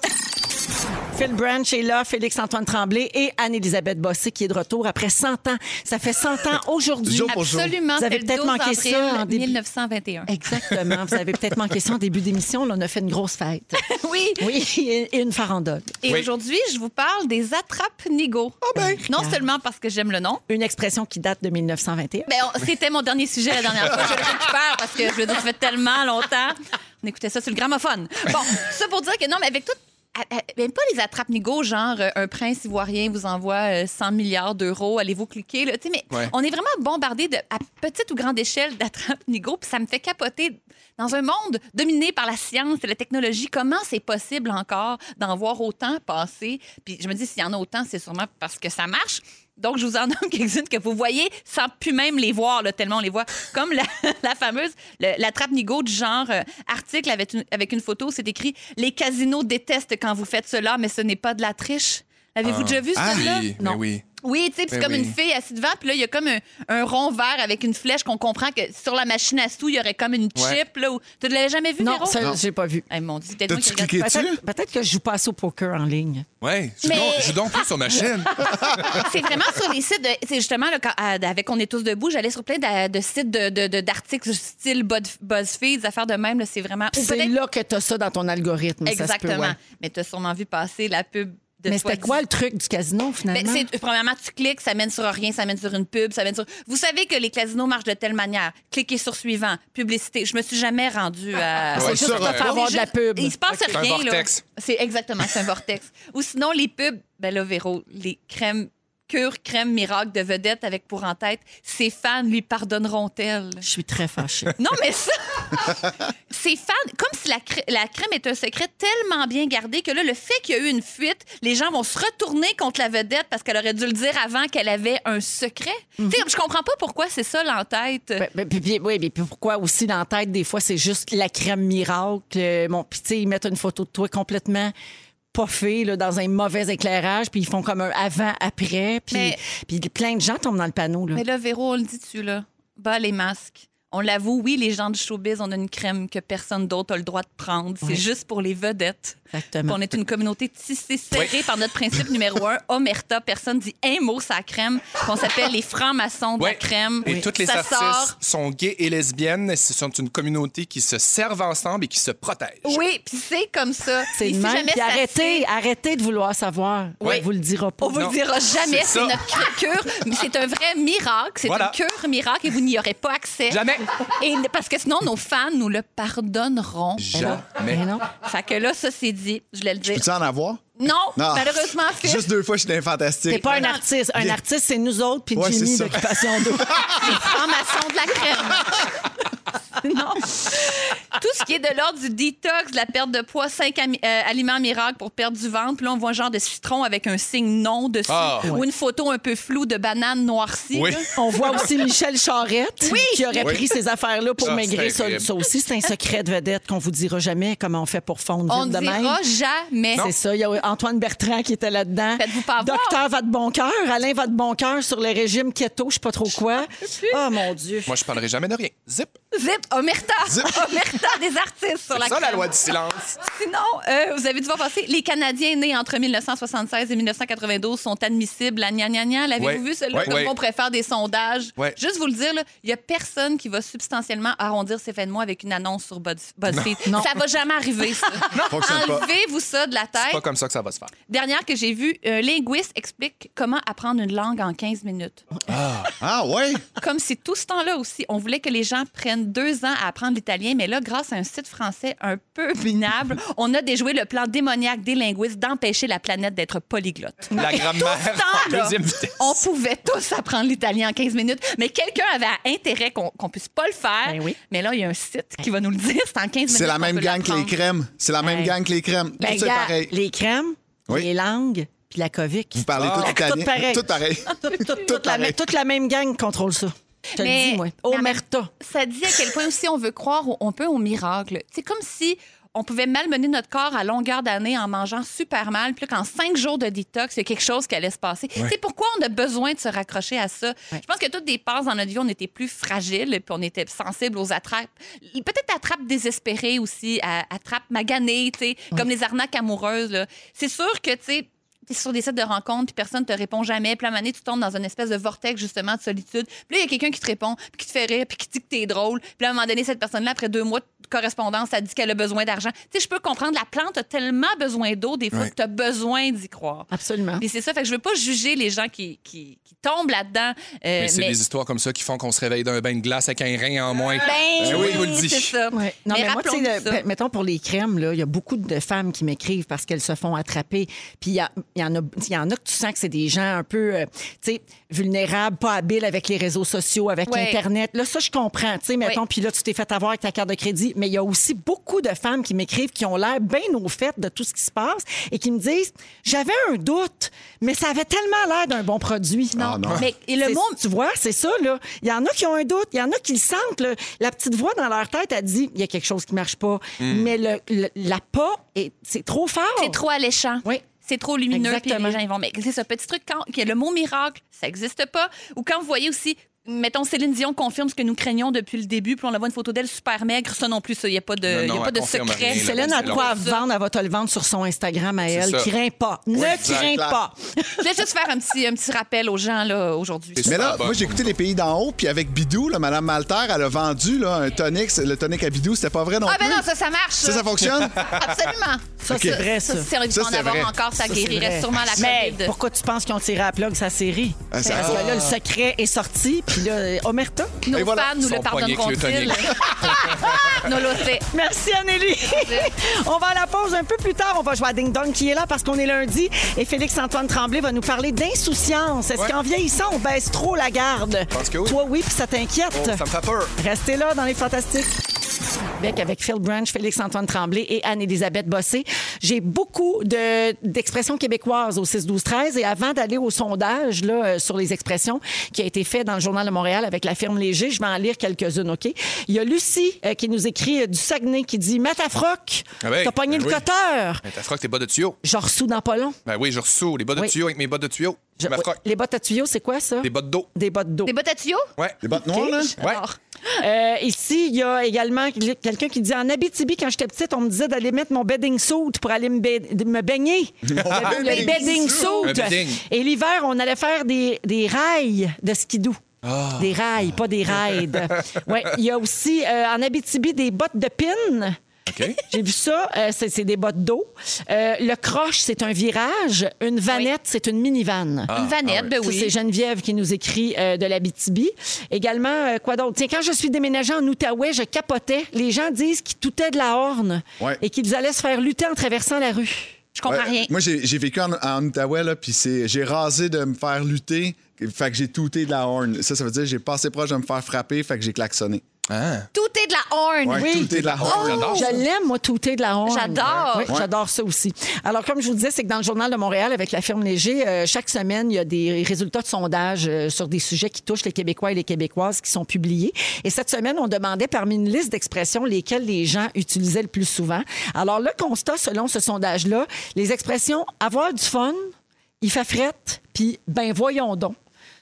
Speaker 1: Phil Branch est là, Félix-Antoine Tremblay et Anne-Élisabeth Bossé qui est de retour après 100 ans. Ça fait 100 ans aujourd'hui.
Speaker 4: Jour pour jour.
Speaker 3: Absolument.
Speaker 1: Vous avez
Speaker 3: c'est le
Speaker 1: peut-être
Speaker 3: 12
Speaker 1: manqué
Speaker 3: avril
Speaker 1: ça en début-
Speaker 3: 1921.
Speaker 1: Exactement. Vous avez peut-être manqué ça en début d'émission. là, on a fait une grosse fête.
Speaker 4: Eh.
Speaker 3: Oui.
Speaker 1: Oui, et et une farandole.
Speaker 3: Et
Speaker 2: Oui.
Speaker 3: aujourd'hui, je vous parle des attrape-nigauds.
Speaker 4: Ah ben.
Speaker 3: Non seulement parce que j'aime le nom,
Speaker 1: Une expression qui date de 1921.
Speaker 3: Ben, on- c'était mon dernier sujet la dernière fois. Je le récupère parce que je veux dire, ça fait tellement longtemps. On écoutait ça sur le gramophone. Bon, ça pour dire que non, mais avec tout. à- à- Même pas les attrape nigauds genre euh, un prince ivoirien vous envoie euh, 100 milliards d'euros, allez-vous cliquer. Là. Tu sais, Mais
Speaker 2: Ouais.
Speaker 3: on est vraiment bombardé de, à petite ou grande échelle dattrape nigauds puis ça me fait capoter. Dans un monde dominé par la science et la technologie, comment c'est possible encore d'en voir autant passer? Puis je me dis, s'il y en a autant, c'est sûrement parce que ça marche. Donc, je vous en nomme *laughs* quelques-unes que vous voyez sans plus même les voir, là, tellement on les voit. Comme la, *laughs* la fameuse, le- la trappe nigo du genre euh, article avec une, avec une photo, c'est écrit Les casinos détestent quand vous faites cela, mais ce n'est pas de la triche. Avez-vous déjà vu
Speaker 2: Ah,
Speaker 3: celle-là?
Speaker 2: oui, mais oui.
Speaker 3: Oui, tu sais, puis c'est
Speaker 2: Ben
Speaker 3: comme
Speaker 2: oui.
Speaker 3: une fille assise devant, puis là, il y a comme un, un rond vert avec une flèche qu'on comprend que sur la machine à sous, il y aurait comme une chip,
Speaker 2: Ouais.
Speaker 3: là. Où... Tu ne l'avais jamais vu,
Speaker 1: Non,
Speaker 3: Véro?
Speaker 1: ça,
Speaker 4: Non.
Speaker 1: j'ai pas vu.
Speaker 3: Eh, mon Dieu, c'est peut-être moi qui
Speaker 4: T'as-tu
Speaker 3: regarde.
Speaker 4: cliqué dessus?
Speaker 1: Peut-être peut-être que je joue pas assez au poker en ligne.
Speaker 2: Ouais, je joue
Speaker 3: Mais-
Speaker 2: donc- je joue donc plus sur ma chaîne.
Speaker 3: C'est vraiment sur les sites de. C'est justement, là, quand- à- avec On est tous debout, j'allais sur plein de, de sites de- de- de- d'articles style Bud- BuzzFeed, des affaires de même, là, c'est vraiment.
Speaker 1: Puis
Speaker 3: ou
Speaker 1: C'est
Speaker 3: peut-être-
Speaker 1: là que t'as ça dans ton algorithme. ça se peut,
Speaker 3: Exactement.
Speaker 1: ouais.
Speaker 3: Mais tu as sûrement vu passer la pub de
Speaker 1: Mais c'était
Speaker 3: soi-disant-
Speaker 1: quoi le truc du casino,
Speaker 3: Ben,
Speaker 1: finalement?
Speaker 3: c'est- premièrement, tu cliques, ça mène sur rien, ça mène sur une pub, ça mène sur. Vous savez que les casinos marchent de telle manière. Cliquez sur suivant, publicité. Je me suis jamais rendue
Speaker 1: Ah,
Speaker 3: à.
Speaker 2: Ouais, C'est juste ça, pour ouais.
Speaker 1: faire avoir de la pub.
Speaker 3: Il se passe
Speaker 2: C'est un
Speaker 3: rien, là.
Speaker 2: vortex.
Speaker 3: C'est exactement, c'est un vortex. *laughs* Ou sinon, les pubs, ben là, Véro, les crèmes. Cure, crème, miracle de vedette avec pour en tête, ses fans lui pardonneront-elles?
Speaker 1: Je suis très fâchée.
Speaker 3: Non, mais ça. *laughs* c'est fan. Comme si la, crè- la crème est un secret tellement bien gardé que là, le fait qu'il y a eu une fuite, les gens vont se retourner contre la vedette parce qu'elle aurait dû le dire avant qu'elle avait un secret. Tu sais, je comprends pas pourquoi c'est ça l'entête.
Speaker 1: Ben, ben, puis- puis- oui, mais puis pourquoi aussi dans la tête, des fois, c'est juste la crème miracle. euh, Bon, puis tu sais, ils mettent une photo de toi complètement poffée, là, dans un mauvais éclairage, puis ils font comme un avant-après, puis
Speaker 3: Mais-
Speaker 1: puis plein de gens tombent dans le panneau. Là.
Speaker 3: Mais là, Véro, on le dit-tu, là? Bas les masques. On l'avoue, oui, les gens du showbiz, on a une crème que personne d'autre a le droit de prendre. C'est
Speaker 1: Oui.
Speaker 3: juste pour les vedettes.
Speaker 1: Exactement.
Speaker 3: Puis On est une communauté tissée, serrée par notre principe numéro un, omerta. Personne dit un mot sa crème. On s'appelle les francs-maçons de la
Speaker 2: Ouais.
Speaker 3: crème.
Speaker 2: Et toutes les
Speaker 3: Ça
Speaker 2: artistes
Speaker 3: sort.
Speaker 2: sont gays et lesbiennes. Ce sont une communauté qui se servent ensemble et qui se protège.
Speaker 3: Oui, puis c'est comme ça.
Speaker 1: C'est
Speaker 3: Et
Speaker 1: le
Speaker 3: si
Speaker 1: même.
Speaker 3: jamais
Speaker 1: Puis
Speaker 3: ça
Speaker 1: arrêtez, arrêtez de vouloir savoir.
Speaker 2: Oui.
Speaker 1: On vous le dira pas.
Speaker 3: On vous
Speaker 2: Non.
Speaker 3: le dira jamais, c'est
Speaker 2: C'est ça.
Speaker 3: notre cure, mais c'est un vrai miracle, c'est
Speaker 2: Voilà.
Speaker 3: une cure miracle et vous n'y aurez pas accès.
Speaker 2: Jamais.
Speaker 3: Et parce que sinon nos fans nous le pardonneront.
Speaker 1: Mais
Speaker 3: *laughs*
Speaker 2: Jamais.
Speaker 1: non.
Speaker 3: Fait que là ça c'est dit, je voulais le dire.
Speaker 4: Peux-tu en avoir?
Speaker 3: Non,
Speaker 4: Non.
Speaker 3: malheureusement Phil.
Speaker 4: Juste deux fois, je suis un
Speaker 1: T'es
Speaker 4: fantastique.
Speaker 1: pas un artiste. Un
Speaker 4: Bien.
Speaker 1: artiste, c'est nous autres, puis
Speaker 4: Ouais,
Speaker 1: Jimmy
Speaker 4: c'est ça.
Speaker 1: d'Occupation
Speaker 4: *laughs*
Speaker 1: d'eau.
Speaker 3: franc-maçon de la crème. *laughs* non. Tout ce qui est de l'ordre du détox, de la perte de poids, cinq ami- euh, aliments miracles pour perdre du ventre. Puis là, on voit un genre de citron avec un signe non dessus.
Speaker 2: Ah.
Speaker 3: Ou une photo un peu floue de banane noircie.
Speaker 2: Oui.
Speaker 3: là.
Speaker 1: On voit aussi Michel Charette qui aurait
Speaker 2: Oui.
Speaker 1: pris ces affaires-là pour
Speaker 2: Ah,
Speaker 1: maigrir.
Speaker 2: c'est
Speaker 1: Ça,
Speaker 2: terrible.
Speaker 1: ça aussi, c'est un secret de vedette qu'on vous dira jamais comment on fait pour fondre
Speaker 3: On
Speaker 1: vite
Speaker 3: ne
Speaker 1: de même.
Speaker 3: dira jamais.
Speaker 1: C'est ça. Il y a Antoine Bertrand qui était là-dedans.
Speaker 3: Faites-vous pas avoir.
Speaker 1: Docteur va de bon cœur. Alain
Speaker 3: Ah,
Speaker 1: va de bon cœur sur le régime keto, je sais pas trop quoi. Oh mon Dieu.
Speaker 2: Moi, je parlerai jamais de rien. Zip.
Speaker 3: Zip, omerta!
Speaker 4: Zip.
Speaker 3: Omerta des artistes sur la
Speaker 2: ça, la
Speaker 3: crème.
Speaker 2: loi du silence.
Speaker 3: Sinon, euh, vous avez dû voir passer, les Canadiens nés entre 1976 et 1992 sont admissibles à gna gna gna. L'avez-vous
Speaker 2: Ouais.
Speaker 3: vu, celui-là,
Speaker 2: Ouais.
Speaker 3: comme
Speaker 2: Ouais.
Speaker 3: on préfère des sondages?
Speaker 2: Ouais.
Speaker 3: Juste vous le dire, là, il n'y a personne qui va substantiellement arrondir ses fins de mois avec une annonce sur Bud- BuzzFeed.
Speaker 1: Non.
Speaker 3: Ça va jamais arriver,
Speaker 2: *laughs*
Speaker 3: ça.
Speaker 4: Fonctionne pas.
Speaker 3: Enlevez-vous ça de la
Speaker 2: C'est
Speaker 3: tête.
Speaker 2: pas comme ça que ça va se faire.
Speaker 3: Dernière que j'ai vue, un linguiste explique comment apprendre une langue en 15 minutes.
Speaker 4: Ah, ouais?
Speaker 3: Comme si tout ce temps-là aussi, on voulait que les gens prennent deux ans à apprendre l'italien, mais là, grâce à un site français un peu *laughs* minable, on a déjoué le plan démoniaque des linguistes d'empêcher la planète d'être polyglotte.
Speaker 2: La grammaire en
Speaker 3: Temps-là,
Speaker 2: deuxième vitesse.
Speaker 3: on pouvait tous apprendre l'italien en 15 minutes, mais quelqu'un avait intérêt qu'on qu'on puisse pas le faire.
Speaker 1: Ben oui.
Speaker 3: Mais là, il y a un site qui va nous le dire, c'est en 15 minutes.
Speaker 4: C'est la
Speaker 3: qu'on
Speaker 4: même
Speaker 3: peut
Speaker 4: gang que les
Speaker 3: l'apprendre.
Speaker 4: crèmes. C'est la même
Speaker 1: Hey.
Speaker 4: gang que les crèmes.
Speaker 1: Ben,
Speaker 4: Tout c'est
Speaker 1: gars,
Speaker 4: pareil.
Speaker 1: Les crèmes,
Speaker 4: Oui.
Speaker 1: les langues, puis la covic.
Speaker 4: Vous parlez tout italien.
Speaker 1: Tout pareil.
Speaker 4: Tout pareil.
Speaker 1: toute, la,
Speaker 4: pareil.
Speaker 1: même- toute la même gang contrôle ça. Je te
Speaker 3: Mais-
Speaker 1: le dis, moi.
Speaker 3: Non, mais-
Speaker 1: Omerta.
Speaker 3: ça dit à quel point aussi on veut croire au- un peu au miracle. C'est comme si on pouvait malmener notre corps à longueur d'année en mangeant super mal, puis là, qu'en cinq jours de détox, il y a quelque chose qui allait se passer. C'est pourquoi on a besoin de se raccrocher à ça. Je pense que toutes des passes dans notre vie, on était plus fragiles, puis on était sensibles aux attrapes. Peut-être attrapes désespérées aussi, à- attrapes maganées, tu sais, comme les arnaques amoureuses. là. C'est sûr que, tu sais, t'es sur des sites de rencontres, puis personne te répond jamais. Puis la manée, tu tombes dans une espèce de vortex, justement, de solitude. Puis là, il y a quelqu'un qui te répond, puis qui te fait rire, puis qui dit que t'es drôle. Puis là, à un moment donné, cette personne-là, après deux mois de correspondance, elle dit qu'elle a besoin d'argent. Tu sais, je peux comprendre, la plante a tellement besoin d'eau, des fois,
Speaker 2: Ouais.
Speaker 3: que t'as besoin d'y croire.
Speaker 1: Absolument.
Speaker 3: Et c'est ça, fait que je veux pas juger les gens qui, qui, qui tombent là-dedans. euh,
Speaker 2: Mais c'est
Speaker 3: mais-
Speaker 2: des histoires comme ça qui font qu'on se réveille d'un bain de glace avec un rein en moins.
Speaker 3: Ben
Speaker 2: Ben oui, je vous le dis.
Speaker 3: c'est ça.
Speaker 1: Ouais. Non, mais, moi, tu sais,
Speaker 3: rappelons-nous
Speaker 1: le- ben,
Speaker 3: ça.
Speaker 1: pe- mettons pour les crèmes, là, il y a beaucoup de femmes qui m'écrivent parce qu'elles se font attraper. Puis il y, a- il y en a il y en a que tu sens que c'est des gens un peu euh, tu sais, vulnérables, pas habiles avec les réseaux sociaux, avec
Speaker 3: Ouais.
Speaker 1: Internet. Là, ça, je comprends. tu sais, Mettons,
Speaker 3: Ouais.
Speaker 1: puis là, tu t'es fait avoir avec ta carte de crédit. Mais il y a aussi beaucoup de femmes qui m'écrivent qui ont l'air bien au fait de tout ce qui se passe et qui me disent J'avais un doute, mais ça avait tellement l'air d'un bon produit.
Speaker 3: Non,
Speaker 4: Ah, non.
Speaker 3: mais et le
Speaker 1: C'est-
Speaker 3: monde,
Speaker 1: tu vois, c'est ça, là. Il y en a qui ont un doute, il y en a qui le sentent. là. La petite voix dans leur tête a dit il y a quelque chose qui marche pas. Mais le, le- la pas, est- c'est trop fort.
Speaker 3: C'est trop alléchant.
Speaker 1: Oui.
Speaker 3: C'est trop lumineux. Puis
Speaker 1: Exactement.
Speaker 3: les gens, ils vont. Mais c'est ce petit truc, quand qu'il y a le mot miracle, ça n'existe pas. Ou quand vous voyez aussi. Mettons, Céline Dion confirme ce que nous craignons depuis le début, puis on la voit une photo d'elle super maigre. Ça non plus, ça, il n'y a pas de,
Speaker 2: Non, non,
Speaker 3: il y a pas
Speaker 2: elle
Speaker 3: de
Speaker 2: confirme
Speaker 3: secret.
Speaker 2: rien, là.
Speaker 1: Céline a de
Speaker 2: C'est
Speaker 1: quoi à
Speaker 3: long.
Speaker 1: vendre, elle va te le vendre sur son Instagram à elle.
Speaker 2: ça.
Speaker 1: Crains pas. Ne
Speaker 2: exact,
Speaker 1: crains
Speaker 4: clair.
Speaker 1: pas.
Speaker 3: Je voulais juste faire un petit, un petit rappel aux gens là, aujourd'hui.
Speaker 2: C'est
Speaker 4: Mais
Speaker 2: super
Speaker 4: là,
Speaker 2: bon.
Speaker 4: moi, j'ai écouté Les Pays d'en haut, puis avec Bidou, là, Madame Malter, elle a vendu là, un tonic. Le tonic à Bidou, c'était pas vrai non
Speaker 3: Ah,
Speaker 4: plus.
Speaker 3: ben non, ça, ça marche.
Speaker 4: ça, ça fonctionne?
Speaker 3: Absolument.
Speaker 1: Ça, c'est vrai, ça.
Speaker 3: si on
Speaker 4: Ça,
Speaker 3: veut en
Speaker 4: c'est
Speaker 3: avoir
Speaker 4: vrai.
Speaker 3: encore,
Speaker 1: Ça,
Speaker 3: ça,
Speaker 1: c'est
Speaker 3: guérirait
Speaker 1: vrai.
Speaker 3: sûrement la
Speaker 1: Mais
Speaker 3: COVID.
Speaker 1: pourquoi tu penses qu'ils ont tiré à plug sa série?
Speaker 4: Ah, ça-
Speaker 1: Parce que là, le secret est sorti, puis là, Omerta.
Speaker 3: Nos
Speaker 4: Et voilà.
Speaker 3: fans nous
Speaker 2: Ils
Speaker 3: le
Speaker 2: sont poignés avec le
Speaker 3: pardonneront-ils? *laughs* Nos locés.
Speaker 1: Merci Anélie. *laughs* on va à la pause un peu plus tard. On va jouer à Ding Dong qui est là parce qu'on est lundi et Félix-Antoine Tremblay va nous parler d'insouciance. Est-ce
Speaker 2: Ouais.
Speaker 1: qu'en vieillissant, on baisse trop la garde?
Speaker 2: pense que oui.
Speaker 1: Toi, oui, puis ça t'inquiète.
Speaker 2: Oh, ça me fait peur.
Speaker 1: Restez là dans les fantastiques. Avec, avec Phil Branch, Félix-Antoine Tremblay et Anne-Élisabeth Bossé. J'ai beaucoup de- d'expressions québécoises au 6-12-13. Et avant d'aller au sondage là, euh, sur les expressions qui a été fait dans le Journal de Montréal avec la firme Léger, je vais en lire quelques-unes, OK? Il y a Lucie euh, qui nous écrit euh, du Saguenay qui dit « Matafroc,
Speaker 2: Ah ben,
Speaker 1: t'as pogné
Speaker 2: ben
Speaker 1: le
Speaker 2: oui.
Speaker 1: coteur!
Speaker 2: Ben, ta froc, tes bas de tuyau.
Speaker 1: Genre sous dans pas long.
Speaker 2: Ben oui, je ressous les bas de
Speaker 1: Oui.
Speaker 2: tuyau avec mes bas de tuyau.
Speaker 1: Je-
Speaker 2: ma froc.
Speaker 1: les bottes à tuyaux, c'est quoi ça?
Speaker 2: Les bas d'eau.
Speaker 1: Des bottes d'eau.
Speaker 3: Des bottes à tuyaux?
Speaker 2: Ouais.
Speaker 4: Les bottes noires,
Speaker 1: Ok.
Speaker 4: là?
Speaker 2: Ouais.
Speaker 3: Alors,
Speaker 1: Euh, ici, il y a également quelqu'un qui dit en Abitibi, quand j'étais petite, on me disait d'aller mettre mon bedding suit pour aller me, ba- de- me
Speaker 2: *laughs*
Speaker 1: baigner. le
Speaker 4: bedding
Speaker 1: bedding
Speaker 4: suit.
Speaker 2: Un
Speaker 1: suit.
Speaker 2: bedding.
Speaker 1: Et l'hiver, on allait faire des, des rails de skidoo.
Speaker 2: Ah.
Speaker 1: Des rails, pas des raids.
Speaker 2: *laughs*
Speaker 1: Ouais, il y a aussi euh, en Abitibi des bottes de pin.
Speaker 2: OK.
Speaker 1: J'ai vu ça, euh, c'est c'est des bottes d'eau. Euh, le croche, c'est un virage. Une vanette, c'est une minivan.
Speaker 3: une vanette, ben
Speaker 1: Ça,
Speaker 3: oui.
Speaker 1: C'est Geneviève qui nous écrit euh, de la BTB. Également, euh, quoi d'autre? Tiens, quand je suis déménagée en Outaouais, je capotais. Les gens disent qu'ils toutaient de la horne
Speaker 4: Ouais.
Speaker 1: et qu'ils allaient se faire lutter en traversant la rue.
Speaker 3: Je comprends
Speaker 4: Ouais,
Speaker 3: rien.
Speaker 4: Moi, j'ai j'ai vécu en, en Outaouais, là, puis c'est- j'ai rasé de me faire lutter. Fait que j'ai touté de la horn. Ça, ça veut dire que j'ai passé proche de me faire frapper, fait que j'ai klaxonné.
Speaker 3: Tout est de la horn.
Speaker 4: Ouais, touté de la
Speaker 1: Oh!
Speaker 4: horn.
Speaker 2: J'adore ça.
Speaker 1: Je l'aime, moi, touter de la honte.
Speaker 3: J'adore.
Speaker 1: Oui, J'adore ça aussi. Alors, comme je vous disais, c'est que dans le Journal de Montréal, avec la firme Léger, euh, chaque semaine, il y a des résultats de sondages euh, sur des sujets qui touchent les Québécois et les Québécoises qui sont publiés. Et cette semaine, on demandait parmi une liste d'expressions lesquelles les gens utilisaient le plus souvent. Alors, le constat, selon ce sondage-là, les expressions avoir du fun, il fait frette, puis ben voyons donc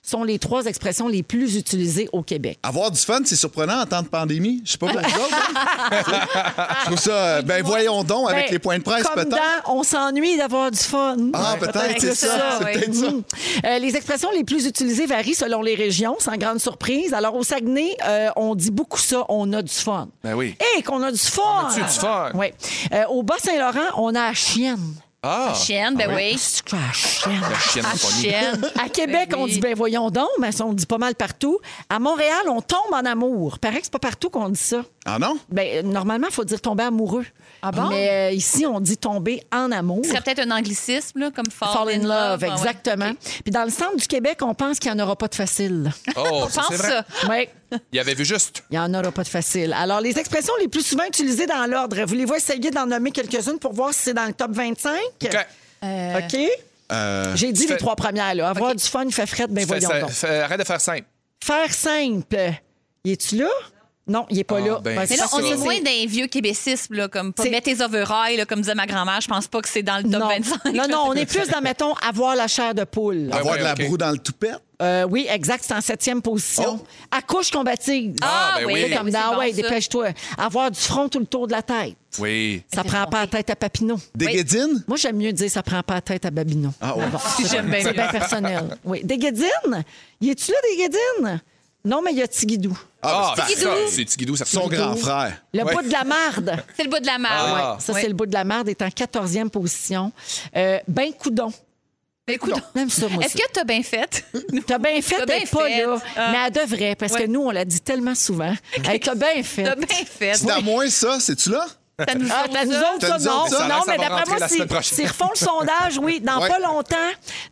Speaker 1: sont les trois expressions les plus utilisées au Québec.
Speaker 4: Avoir du fun, c'est surprenant en temps de pandémie. Je sais pas pour vous autres. hein. Je trouve ça, euh, ben voyons donc, avec
Speaker 1: Ben,
Speaker 4: les points de presse,
Speaker 1: Comme
Speaker 4: peut-être.
Speaker 1: dans on s'ennuie d'avoir du fun.
Speaker 4: Ah,
Speaker 1: Ouais.
Speaker 4: peut-être, c'est
Speaker 1: que
Speaker 4: ça. C'est
Speaker 3: oui.
Speaker 4: peut-être ça.
Speaker 1: Mhm. Euh, les expressions les plus utilisées varient selon les régions, sans grande surprise. Alors, au Saguenay, euh, on dit beaucoup ça, on a du fun.
Speaker 2: Ben oui.
Speaker 1: Hé, qu'on a du fun!
Speaker 2: a-tu du fun?
Speaker 1: Oui. Euh, au Bas-Saint-Laurent, on a la chienne.
Speaker 2: Ah!
Speaker 3: Chienne, ben
Speaker 2: Ah
Speaker 3: oui.
Speaker 1: C'est quoi la chienne?
Speaker 2: La chienne
Speaker 3: Ah,
Speaker 2: Anthony.
Speaker 3: chienne.
Speaker 1: À Québec,
Speaker 3: Ben
Speaker 1: on
Speaker 3: oui.
Speaker 1: dit ben voyons donc, mais ça, on dit pas mal partout. À Montréal, on tombe en amour. Paraît que c'est pas partout qu'on dit ça.
Speaker 4: Ah non?
Speaker 1: Ben, euh, normalement, il faut dire tomber amoureux.
Speaker 3: Ah bon?
Speaker 1: Mais euh, ici, on dit tomber en amour.
Speaker 3: Ce serait peut-être un anglicisme, là, comme fall,
Speaker 1: Fall in love,
Speaker 3: ah ouais.
Speaker 1: exactement. Puis dans le centre du Québec, on pense qu'il n'y en aura pas de
Speaker 3: *laughs*
Speaker 1: facile.
Speaker 2: Oh,
Speaker 3: Je
Speaker 2: ça,
Speaker 3: pense
Speaker 2: c'est vrai.
Speaker 3: ça.
Speaker 1: Oui,
Speaker 2: Il y avait vu juste.
Speaker 1: il n'y en aura pas de facile. Alors, les expressions les plus souvent utilisées dans l'ordre, voulez-vous essayer d'en nommer quelques-unes pour voir si c'est dans le top 25?
Speaker 2: OK. Euh,
Speaker 1: OK. J'ai dit les
Speaker 2: fais-
Speaker 1: trois premières. Là. Avoir du fun, il fait fret, ben
Speaker 2: Tu fais
Speaker 1: voyons
Speaker 2: ça-
Speaker 1: donc.
Speaker 2: fais- arrête de faire simple.
Speaker 1: Faire simple. Y es-tu là? Non, il n'est pas
Speaker 2: Ah,
Speaker 1: là.
Speaker 2: ben,
Speaker 3: Mais
Speaker 1: c'est
Speaker 3: là,
Speaker 1: ça,
Speaker 3: on est
Speaker 1: c'est-
Speaker 3: loin d'un vieux québécisme, là, comme pas
Speaker 1: C'est-
Speaker 3: mettre tes overalls, là, comme disait ma grand-mère. Je pense pas que c'est dans le top
Speaker 1: non.
Speaker 3: 25.
Speaker 1: non, non, on est plus dans, mettons, avoir la chair de poule.
Speaker 2: Ah,
Speaker 4: Avoir
Speaker 2: ouais,
Speaker 4: de la
Speaker 2: ok.
Speaker 4: broue dans le toupette.
Speaker 1: Euh, oui, exact, c'est en septième position.
Speaker 2: Oh.
Speaker 1: Accouche qu'on baptise.
Speaker 3: Ah,
Speaker 2: ben
Speaker 3: oui,
Speaker 2: oui.
Speaker 1: C'est comme dans,
Speaker 3: c'est bon,
Speaker 1: ouais,
Speaker 3: ça.
Speaker 1: dépêche-toi. Avoir du front tout le tour de la tête.
Speaker 2: Oui.
Speaker 1: Ça prend pas la tête à Papineau.
Speaker 4: Des guédines?
Speaker 1: Moi, j'aime mieux dire ça prend pas la tête à Babineau.
Speaker 4: Ah ouais.
Speaker 3: J'aime bien
Speaker 1: C'est bien personnel. Oui. Des guédines? Y es-tu là, des guédines? Non, mais il y a Tigidou.
Speaker 2: Ah,
Speaker 4: Ah, ben,
Speaker 2: c'est
Speaker 4: c'est
Speaker 2: ça. C'est Tigidou, ça
Speaker 4: son
Speaker 2: ressemble.
Speaker 4: grand frère.
Speaker 1: Le
Speaker 2: Ouais.
Speaker 1: bout de la marde.
Speaker 3: C'est le bout de la mer.
Speaker 2: Ah.
Speaker 1: Ça, c'est le bout de la marde, est en 14e position. Euh, ben coudon.
Speaker 3: Écoute,
Speaker 1: Même ça, moi.
Speaker 3: est-ce que t'as bien fait?
Speaker 1: T'as bien fait
Speaker 3: T'as bien
Speaker 1: d'être pas
Speaker 3: fait.
Speaker 1: là,
Speaker 3: Ah.
Speaker 1: mais elle devrait, parce que
Speaker 3: Ouais.
Speaker 1: nous, on la dit tellement souvent. Hey, t'as bien fait.
Speaker 3: T'as bien fait.
Speaker 4: C'est à moins ça, c'est-tu là?
Speaker 3: Ça nous
Speaker 1: Ah,
Speaker 3: sauve
Speaker 1: t'as nous
Speaker 3: ça.
Speaker 1: autres,
Speaker 4: T'as
Speaker 1: ça,
Speaker 4: nous
Speaker 1: non.
Speaker 4: autres, ça a
Speaker 1: non,
Speaker 2: l'air que ça
Speaker 1: mais
Speaker 2: va
Speaker 1: d'après
Speaker 2: rentrer
Speaker 1: moi,
Speaker 2: la
Speaker 1: si-
Speaker 2: semaine prochaine.
Speaker 1: s'ils refont le sondage, oui, dans
Speaker 4: Ouais.
Speaker 1: pas longtemps,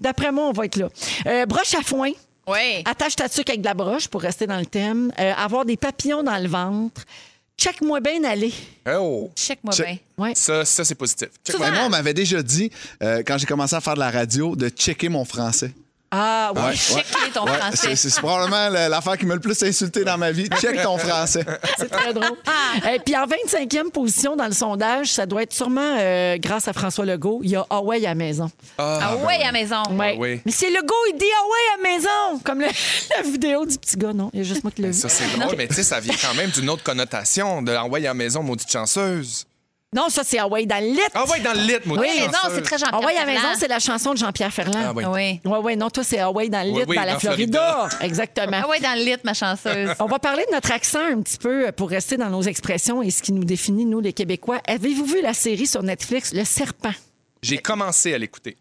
Speaker 1: d'après moi, on va être là. Euh, broche à foin.
Speaker 3: Ouais.
Speaker 1: Attache ta tuque avec de la broche pour rester dans le thème. Euh, avoir des papillons dans le ventre. Check-moi bien aller.
Speaker 2: Oh.
Speaker 3: Check-moi
Speaker 4: Check.
Speaker 3: bien.
Speaker 1: Ouais.
Speaker 2: Ça, ça c'est positif. Check
Speaker 4: Ben
Speaker 3: Souvent.
Speaker 4: moi, on m'avait déjà dit, euh, quand j'ai commencé à faire de la radio, de checker mon français.
Speaker 1: Ah, oui.
Speaker 4: Ouais,
Speaker 3: Check
Speaker 4: ouais.
Speaker 3: ton
Speaker 4: Ouais,
Speaker 3: français.
Speaker 4: c'est- C'est probablement la- l'affaire qui me le plus insulté dans ma vie. Check ton français.
Speaker 1: *laughs* C'est très drôle.
Speaker 3: Ah.
Speaker 1: Et puis en 25e position dans le sondage, ça doit être sûrement euh, grâce à François Legault, il y a Huawei à la maison.
Speaker 3: Ah ouais, à la maison.
Speaker 1: Ouais.
Speaker 2: oui.
Speaker 1: Mais c'est Legault, il dit Huawei à la maison, comme le- *laughs* la vidéo du petit gars, non? Il y a juste moi qui l'ai vu.
Speaker 3: *laughs*
Speaker 2: Ben, Ça, c'est drôle, mais tu sais, ça vient quand même d'une autre connotation de l'envoyer à la maison, maudite chanceuse.
Speaker 1: Non, ça, c'est Huawei dans le lit.
Speaker 4: Ah,
Speaker 2: Envoyer dans le lit, maudite
Speaker 1: Oui,
Speaker 2: chanceuse.
Speaker 3: Non, c'est très gentil.
Speaker 1: Ah ouais, à la maison, c'est la chanson de Jean-Pierre Ferland.
Speaker 2: Ah oui.
Speaker 3: Oui.
Speaker 1: Ouais, ouais, non, toi, c'est Ah ouais, dans le lit,
Speaker 2: Oui, oui,
Speaker 1: dans la
Speaker 2: dans
Speaker 1: Florida.
Speaker 2: Florida.
Speaker 1: *laughs* Exactement.
Speaker 3: Ah ouais, dans le lit, ma chanceuse.
Speaker 1: On va parler de notre accent un petit peu euh, pour rester dans nos expressions et ce qui nous définit, nous, les Québécois. Avez-vous vu la série sur Netflix, Le Serpent?
Speaker 2: J'ai commencé à l'écouter.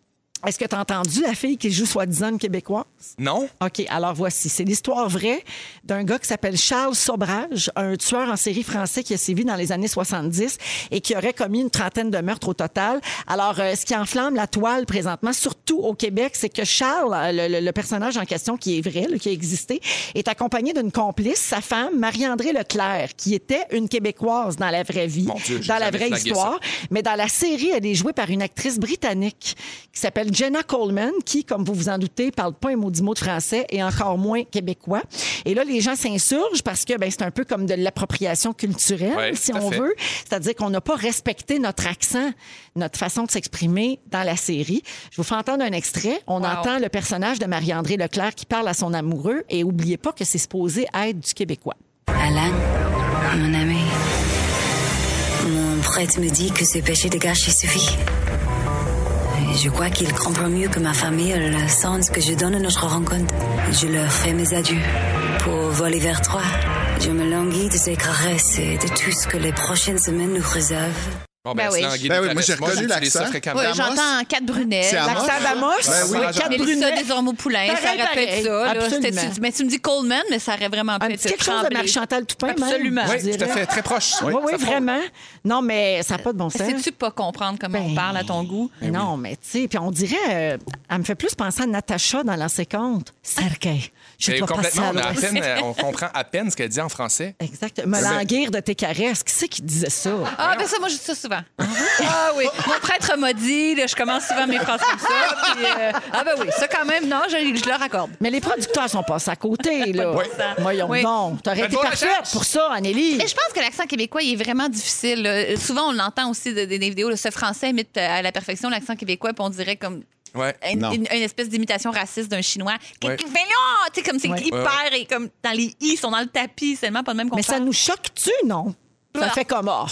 Speaker 1: Est-ce que tu as entendu la fille qui joue soi-disant une Québécoise?
Speaker 2: Non?
Speaker 1: OK, alors voici. C'est l'histoire vraie d'un gars qui s'appelle Charles Sobrage, un tueur en série français qui a sévi dans les années 70 et qui aurait commis une trentaine de meurtres au total. Alors, euh, ce qui enflamme la toile présentement, surtout au Québec, c'est que Charles, euh, le, le- le personnage en question qui est vrai, là, qui a existé, est accompagné d'une complice, sa femme, Marie-André Leclerc, qui était une Québécoise dans la vraie vie,
Speaker 2: Mon Dieu, j'ai
Speaker 1: dans la
Speaker 2: jamais
Speaker 1: vraie
Speaker 2: flagué ça.
Speaker 1: histoire. Mais dans la série, elle est jouée par une actrice britannique qui s'appelle Jenna Coleman, qui, comme vous vous en doutez, parle pas un maudit mot de français et encore moins québécois. Et là, les gens s'insurgent parce que ben, c'est un peu comme de l'appropriation culturelle,
Speaker 2: Ouais,
Speaker 1: si
Speaker 2: tout à
Speaker 1: on
Speaker 2: fait.
Speaker 1: veut. C'est-à-dire qu'on n'a pas respecté notre accent, notre façon de s'exprimer dans la série. Je vous fais entendre un extrait. On
Speaker 3: Wow.
Speaker 1: entend le personnage de Marie-André Leclerc qui parle à son amoureux et oubliez pas que c'est supposé être du québécois.
Speaker 10: Alan, mon ami, mon prêtre me dit que ce péché de gâcher suffit. Et Je crois qu'il comprend mieux que ma famille le sens que je donne à notre rencontre. Je leur fais mes adieux. Pour voler vers toi, je me languis de ces caresses et de tout ce que les prochaines semaines nous réservent.
Speaker 2: Bon,
Speaker 3: Ben oui.
Speaker 2: sinon, Guy
Speaker 4: Ben oui,
Speaker 2: Nicolas,
Speaker 4: moi, j'ai
Speaker 2: moi,
Speaker 4: reconnu
Speaker 2: j'utilise ça
Speaker 4: l'accent.
Speaker 2: fréquemment.
Speaker 3: Ouais,
Speaker 4: Amos?
Speaker 3: J'entends quatre brunettes.
Speaker 4: C'est Amos?
Speaker 1: L'accent d'Amos,
Speaker 4: Ben oui.
Speaker 1: Kat
Speaker 2: Mélissa
Speaker 1: Brunet.
Speaker 3: Mélissa Desormeaux-Poulain, ça
Speaker 1: Pareil,
Speaker 3: aurait pu
Speaker 1: pareil.
Speaker 3: être ça. là.
Speaker 1: Absolument.
Speaker 3: C'était- tu- Mais tu me dis Coleman, Ah, mais ça aurait vraiment pu
Speaker 1: Un
Speaker 3: être
Speaker 1: petit quelque chose de
Speaker 3: Tremblay.
Speaker 1: Marie-Chantal Toupin, même,
Speaker 3: Absolument.
Speaker 1: je
Speaker 2: Oui,
Speaker 1: dirais.
Speaker 2: tout à fait. Très proche.
Speaker 1: Oui, oui,
Speaker 2: Ça frôle.
Speaker 1: vraiment. Non, mais ça n'a pas de bon sens.
Speaker 3: Sais-tu pas comprendre comment
Speaker 1: Ben,
Speaker 3: on parle à ton goût?
Speaker 2: Eh
Speaker 1: non, mais tu sais, puis on dirait, euh, elle me fait plus penser à Natacha dans la séquence. Sergei, je
Speaker 2: Mais Eh
Speaker 1: dois passer
Speaker 2: complètement,
Speaker 1: à
Speaker 2: on, a à
Speaker 1: l'ouest.
Speaker 2: peine, euh,
Speaker 3: *laughs*
Speaker 2: on comprend à peine ce qu'elle dit en français.
Speaker 1: Exact. Me
Speaker 2: ben-
Speaker 1: languir de tes caresses. Qui c'est qui disait ça?
Speaker 3: Ah, ben ça, moi, je dis ça souvent. ah oui. Mon prêtre m'a dit, là, je commence souvent mes phrases comme ça. puis, euh, ah, ben oui, ça quand même, non, je, je le raccorde.
Speaker 1: Mais les producteurs sont passés à
Speaker 3: *laughs*
Speaker 1: côté, là.
Speaker 3: Pas de bon sens.
Speaker 1: Voyons
Speaker 3: Oui.
Speaker 1: donc. T'aurais été
Speaker 2: Faites-moi la
Speaker 1: parfaite
Speaker 2: recherche.
Speaker 1: pour ça, Anneli.
Speaker 3: Mais je pense que l'accent québécois, il est vraiment difficile. là. Euh, Souvent, on l'entend aussi de- de- des vidéos. là, ce français imite euh, à la perfection l'accent québécois, puis on dirait comme.
Speaker 2: Ouais.
Speaker 3: Un-
Speaker 4: Non.
Speaker 3: une, une espèce d'imitation raciste d'un Chinois.
Speaker 2: Ouais.
Speaker 3: Qu'est-ce qu'il fait là? Tu sais, comme c'est
Speaker 1: Ouais.
Speaker 3: hyper
Speaker 2: Ouais,
Speaker 3: et comme dans les i, ils sont dans le tapis, seulement pas le même qu'on
Speaker 1: Mais ça nous choque-tu, non? Ça
Speaker 3: Ah.
Speaker 1: fait comme... oh,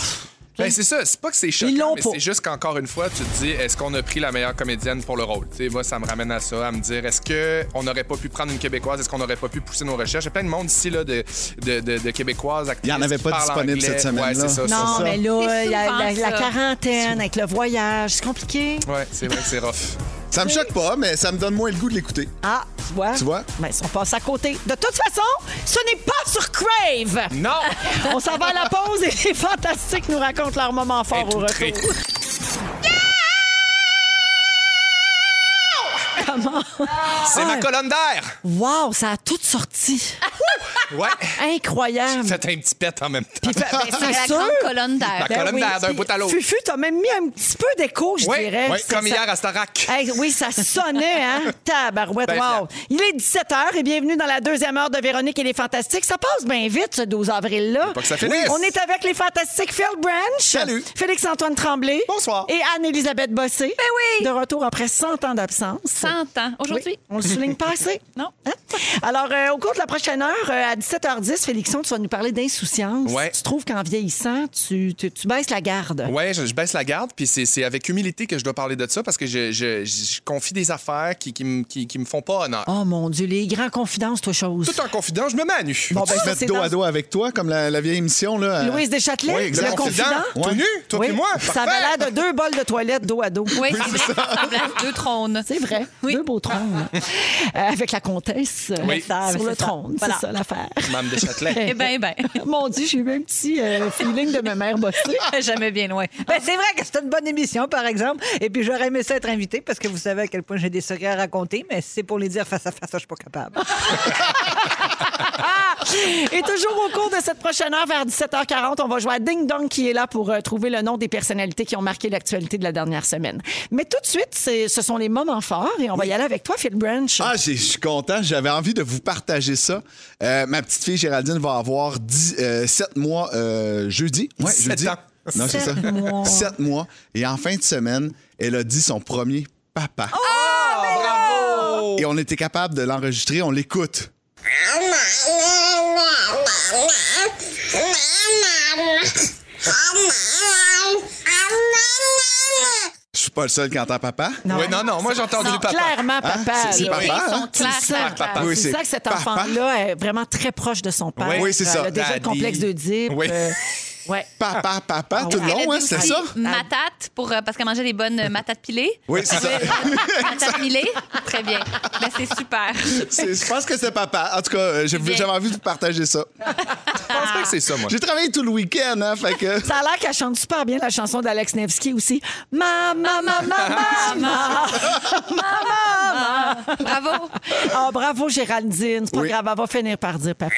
Speaker 2: Ben, c'est ça, c'est pas que c'est choquant,
Speaker 1: l'ont
Speaker 2: mais
Speaker 1: pas.
Speaker 2: c'est juste qu'encore une fois, tu te dis, est-ce qu'on a pris la meilleure comédienne pour le rôle? Tu sais, moi, ça me ramène à ça, à me dire, est-ce qu'on n'aurait pas pu prendre une Québécoise? Est-ce qu'on n'aurait pas pu pousser nos recherches? Il y a plein de monde ici, là, de, de, de, de Québécoises, actrices
Speaker 4: Il y en avait
Speaker 2: qui
Speaker 4: pas
Speaker 2: parlent
Speaker 4: disponible
Speaker 2: anglais.
Speaker 4: cette semaine-là.
Speaker 2: Ouais, c'est ça. c'est
Speaker 1: non,
Speaker 2: ça.
Speaker 1: mais là,
Speaker 3: C'est
Speaker 1: la,
Speaker 3: souvent
Speaker 1: la- la
Speaker 3: ça.
Speaker 1: quarantaine avec le voyage, c'est compliqué.
Speaker 2: Ouais, c'est vrai que c'est
Speaker 1: *laughs*
Speaker 2: rough.
Speaker 4: Ça me choque pas, mais ça me donne moins le goût de l'écouter.
Speaker 1: Ah, tu vois?
Speaker 4: Tu vois?
Speaker 1: Ben, ils sont passés à côté. De toute façon, ce n'est pas sur Crave!
Speaker 2: Non!
Speaker 1: On s'en va à la pause et les Fantastiques nous racontent leur moment fort
Speaker 2: Et
Speaker 1: au
Speaker 2: tout
Speaker 1: retour.
Speaker 2: très-
Speaker 1: *laughs* Comment?
Speaker 2: C'est ma colonne d'air!
Speaker 1: Wow, ça a tout sorti.
Speaker 2: Ouais! *laughs*
Speaker 1: Incroyable.
Speaker 2: Faites un petit pet en même temps.
Speaker 1: Puis, ben, ben,
Speaker 3: C'est la
Speaker 1: sûr.
Speaker 3: grande colonne d'air.
Speaker 2: La colonne d'air d'un
Speaker 1: Ben puis
Speaker 2: bout à l'autre.
Speaker 1: Fufu, t'as même mis un petit peu d'écho, je
Speaker 2: Ouais,
Speaker 1: dirais.
Speaker 2: ouais,
Speaker 1: Ça-
Speaker 2: comme
Speaker 1: ça-
Speaker 2: hier à Starac.
Speaker 1: Hey, oui, ça sonnait,
Speaker 2: *laughs*
Speaker 1: hein? Tabarouette,
Speaker 2: Ben
Speaker 1: wow.
Speaker 2: fier.
Speaker 1: Il est 17h et bienvenue dans la deuxième heure de Véronique et les Fantastiques. Ça passe bien vite, ce 12 avril-là.
Speaker 2: Pas que ça finisse.
Speaker 1: On est avec les Fantastiques Phil Branch.
Speaker 4: Salut.
Speaker 1: Félix-Antoine Tremblay.
Speaker 4: Bonsoir.
Speaker 1: Et Anne-Élisabeth Bossé.
Speaker 3: Ben oui.
Speaker 1: De retour après 100 ans d'absence.
Speaker 3: 100 ans. Aujourd'hui.
Speaker 1: Oui, on le souligne pas assez.
Speaker 3: *laughs* Non.
Speaker 1: Hein? Alors, euh, au cours de la prochaine heure, euh, à 17h10, Félixon, tu vas nous parler d'insouciance.
Speaker 2: Ouais.
Speaker 1: Tu trouves qu'en vieillissant, tu, tu, tu baisses la garde.
Speaker 2: Ouais, je, je baisse la garde, puis c'est c'est avec humilité que je dois parler de ça parce que je, je- je confie des affaires qui, qui, me- qui, qui me font pas honneur.
Speaker 1: Oh mon Dieu, les grands confidences, toi, chose.
Speaker 2: Tout en confident, je me mets à nu.
Speaker 1: Bon,
Speaker 4: Tu
Speaker 1: ben,
Speaker 4: te
Speaker 1: ça,
Speaker 4: mets
Speaker 1: c'est
Speaker 4: dos
Speaker 1: dans-
Speaker 4: à dos avec toi, comme la, la vieille émission. Là, euh, à-
Speaker 1: Louise Deschâtelet,
Speaker 2: Euh, Oui, exact.
Speaker 1: le confident.
Speaker 2: Confident, tout nu, toi
Speaker 1: Oui.
Speaker 2: puis moi,
Speaker 1: Ça avait
Speaker 2: parfait.
Speaker 1: l'air de deux bols de toilette dos à dos.
Speaker 3: Oui, c'est vrai, ça *laughs* ressemble à deux trônes.
Speaker 1: C'est vrai.
Speaker 3: Oui.
Speaker 1: Deux beaux trônes. Euh, avec la comtesse euh,
Speaker 2: Oui.
Speaker 1: sur le
Speaker 3: C'est ça.
Speaker 1: trône.
Speaker 3: Voilà.
Speaker 1: C'est ça l'affaire.
Speaker 2: Mme de Châtelet.
Speaker 3: Eh bien, eh bien. *laughs*
Speaker 1: Mon Dieu, j'ai eu un petit euh, feeling de ma mère *laughs* bossée.
Speaker 11: Jamais bien loin.
Speaker 1: Ah,
Speaker 11: Ben, c'est vrai que c'est une bonne émission, par exemple. Et puis, j'aurais aimé ça être invité parce que vous savez à quel point j'ai des secrets à raconter, mais si c'est pour les dire face à face, je suis pas capable.
Speaker 1: Ah! Et toujours au cours de cette prochaine heure, vers 17h40, on va jouer à Ding Dong qui est là pour euh, trouver le nom des personnalités qui ont marqué l'actualité de la dernière semaine. Mais tout de suite, c'est- ce sont les moments forts et on va y aller avec toi, Phil Branch.
Speaker 4: Ah, j'ai- je suis content. J'avais envie de vous partager ça. Euh, ma petite fille Géraldine va avoir 7 mois euh, jeudi. Ouais,
Speaker 2: Sept
Speaker 4: jeudi.
Speaker 2: ans.
Speaker 4: Non, c'est ça.
Speaker 1: Sept mois.
Speaker 4: 7 mois. Et en fin de semaine, elle a dit son premier papa.
Speaker 2: Bravo!
Speaker 4: Et on était capable de l'enregistrer. On l'écoute. Je suis pas le seul qui entend papa.
Speaker 2: Non, oui, non, non, moi j'ai entendu
Speaker 3: Non,
Speaker 2: papa.
Speaker 1: Clairement, papa.
Speaker 4: Ah,
Speaker 1: là.
Speaker 4: c'est
Speaker 3: Les
Speaker 4: papa,
Speaker 3: filles
Speaker 4: hein?
Speaker 3: sont
Speaker 1: Tu le sens.
Speaker 3: clairement
Speaker 1: Tu
Speaker 2: papa.
Speaker 4: Oui,
Speaker 1: le
Speaker 4: c'est
Speaker 1: sens que cet
Speaker 4: papa.
Speaker 1: enfant-là est vraiment très proche de son père.
Speaker 2: Oui,
Speaker 4: oui, c'est ça.
Speaker 1: Elle a déjà
Speaker 2: Daddy.
Speaker 1: le complexe d'Oedipe.
Speaker 2: Oui.
Speaker 1: euh, ouais.
Speaker 4: Papa,
Speaker 1: Ah
Speaker 4: papa, tout le
Speaker 3: Elle a
Speaker 4: long, hein,
Speaker 3: dit
Speaker 4: c'est
Speaker 3: aussi
Speaker 4: ça?
Speaker 3: Matate, pour, euh, parce qu'elle mangeait des bonnes euh, matates pilées.
Speaker 4: Oui, c'est ça.
Speaker 3: Matates pilées, très bien. Ben, c'est super.
Speaker 4: C'est- Je pense que c'est papa. En tout cas, euh, j'ai-
Speaker 3: Bien.
Speaker 4: j'avais envie de vous partager ça.
Speaker 2: Je pense pas que c'est ça, moi.
Speaker 4: J'ai travaillé tout le week-end, hein,
Speaker 1: *laughs*
Speaker 4: fait que...
Speaker 1: Ça a l'air qu'elle chante super bien la chanson d'Alex Nevsky aussi. Maman, maman, maman.
Speaker 3: Bravo.
Speaker 1: Ah, bravo, Géraldine. C'est pas
Speaker 4: Oui.
Speaker 1: grave, elle va finir par dire papa.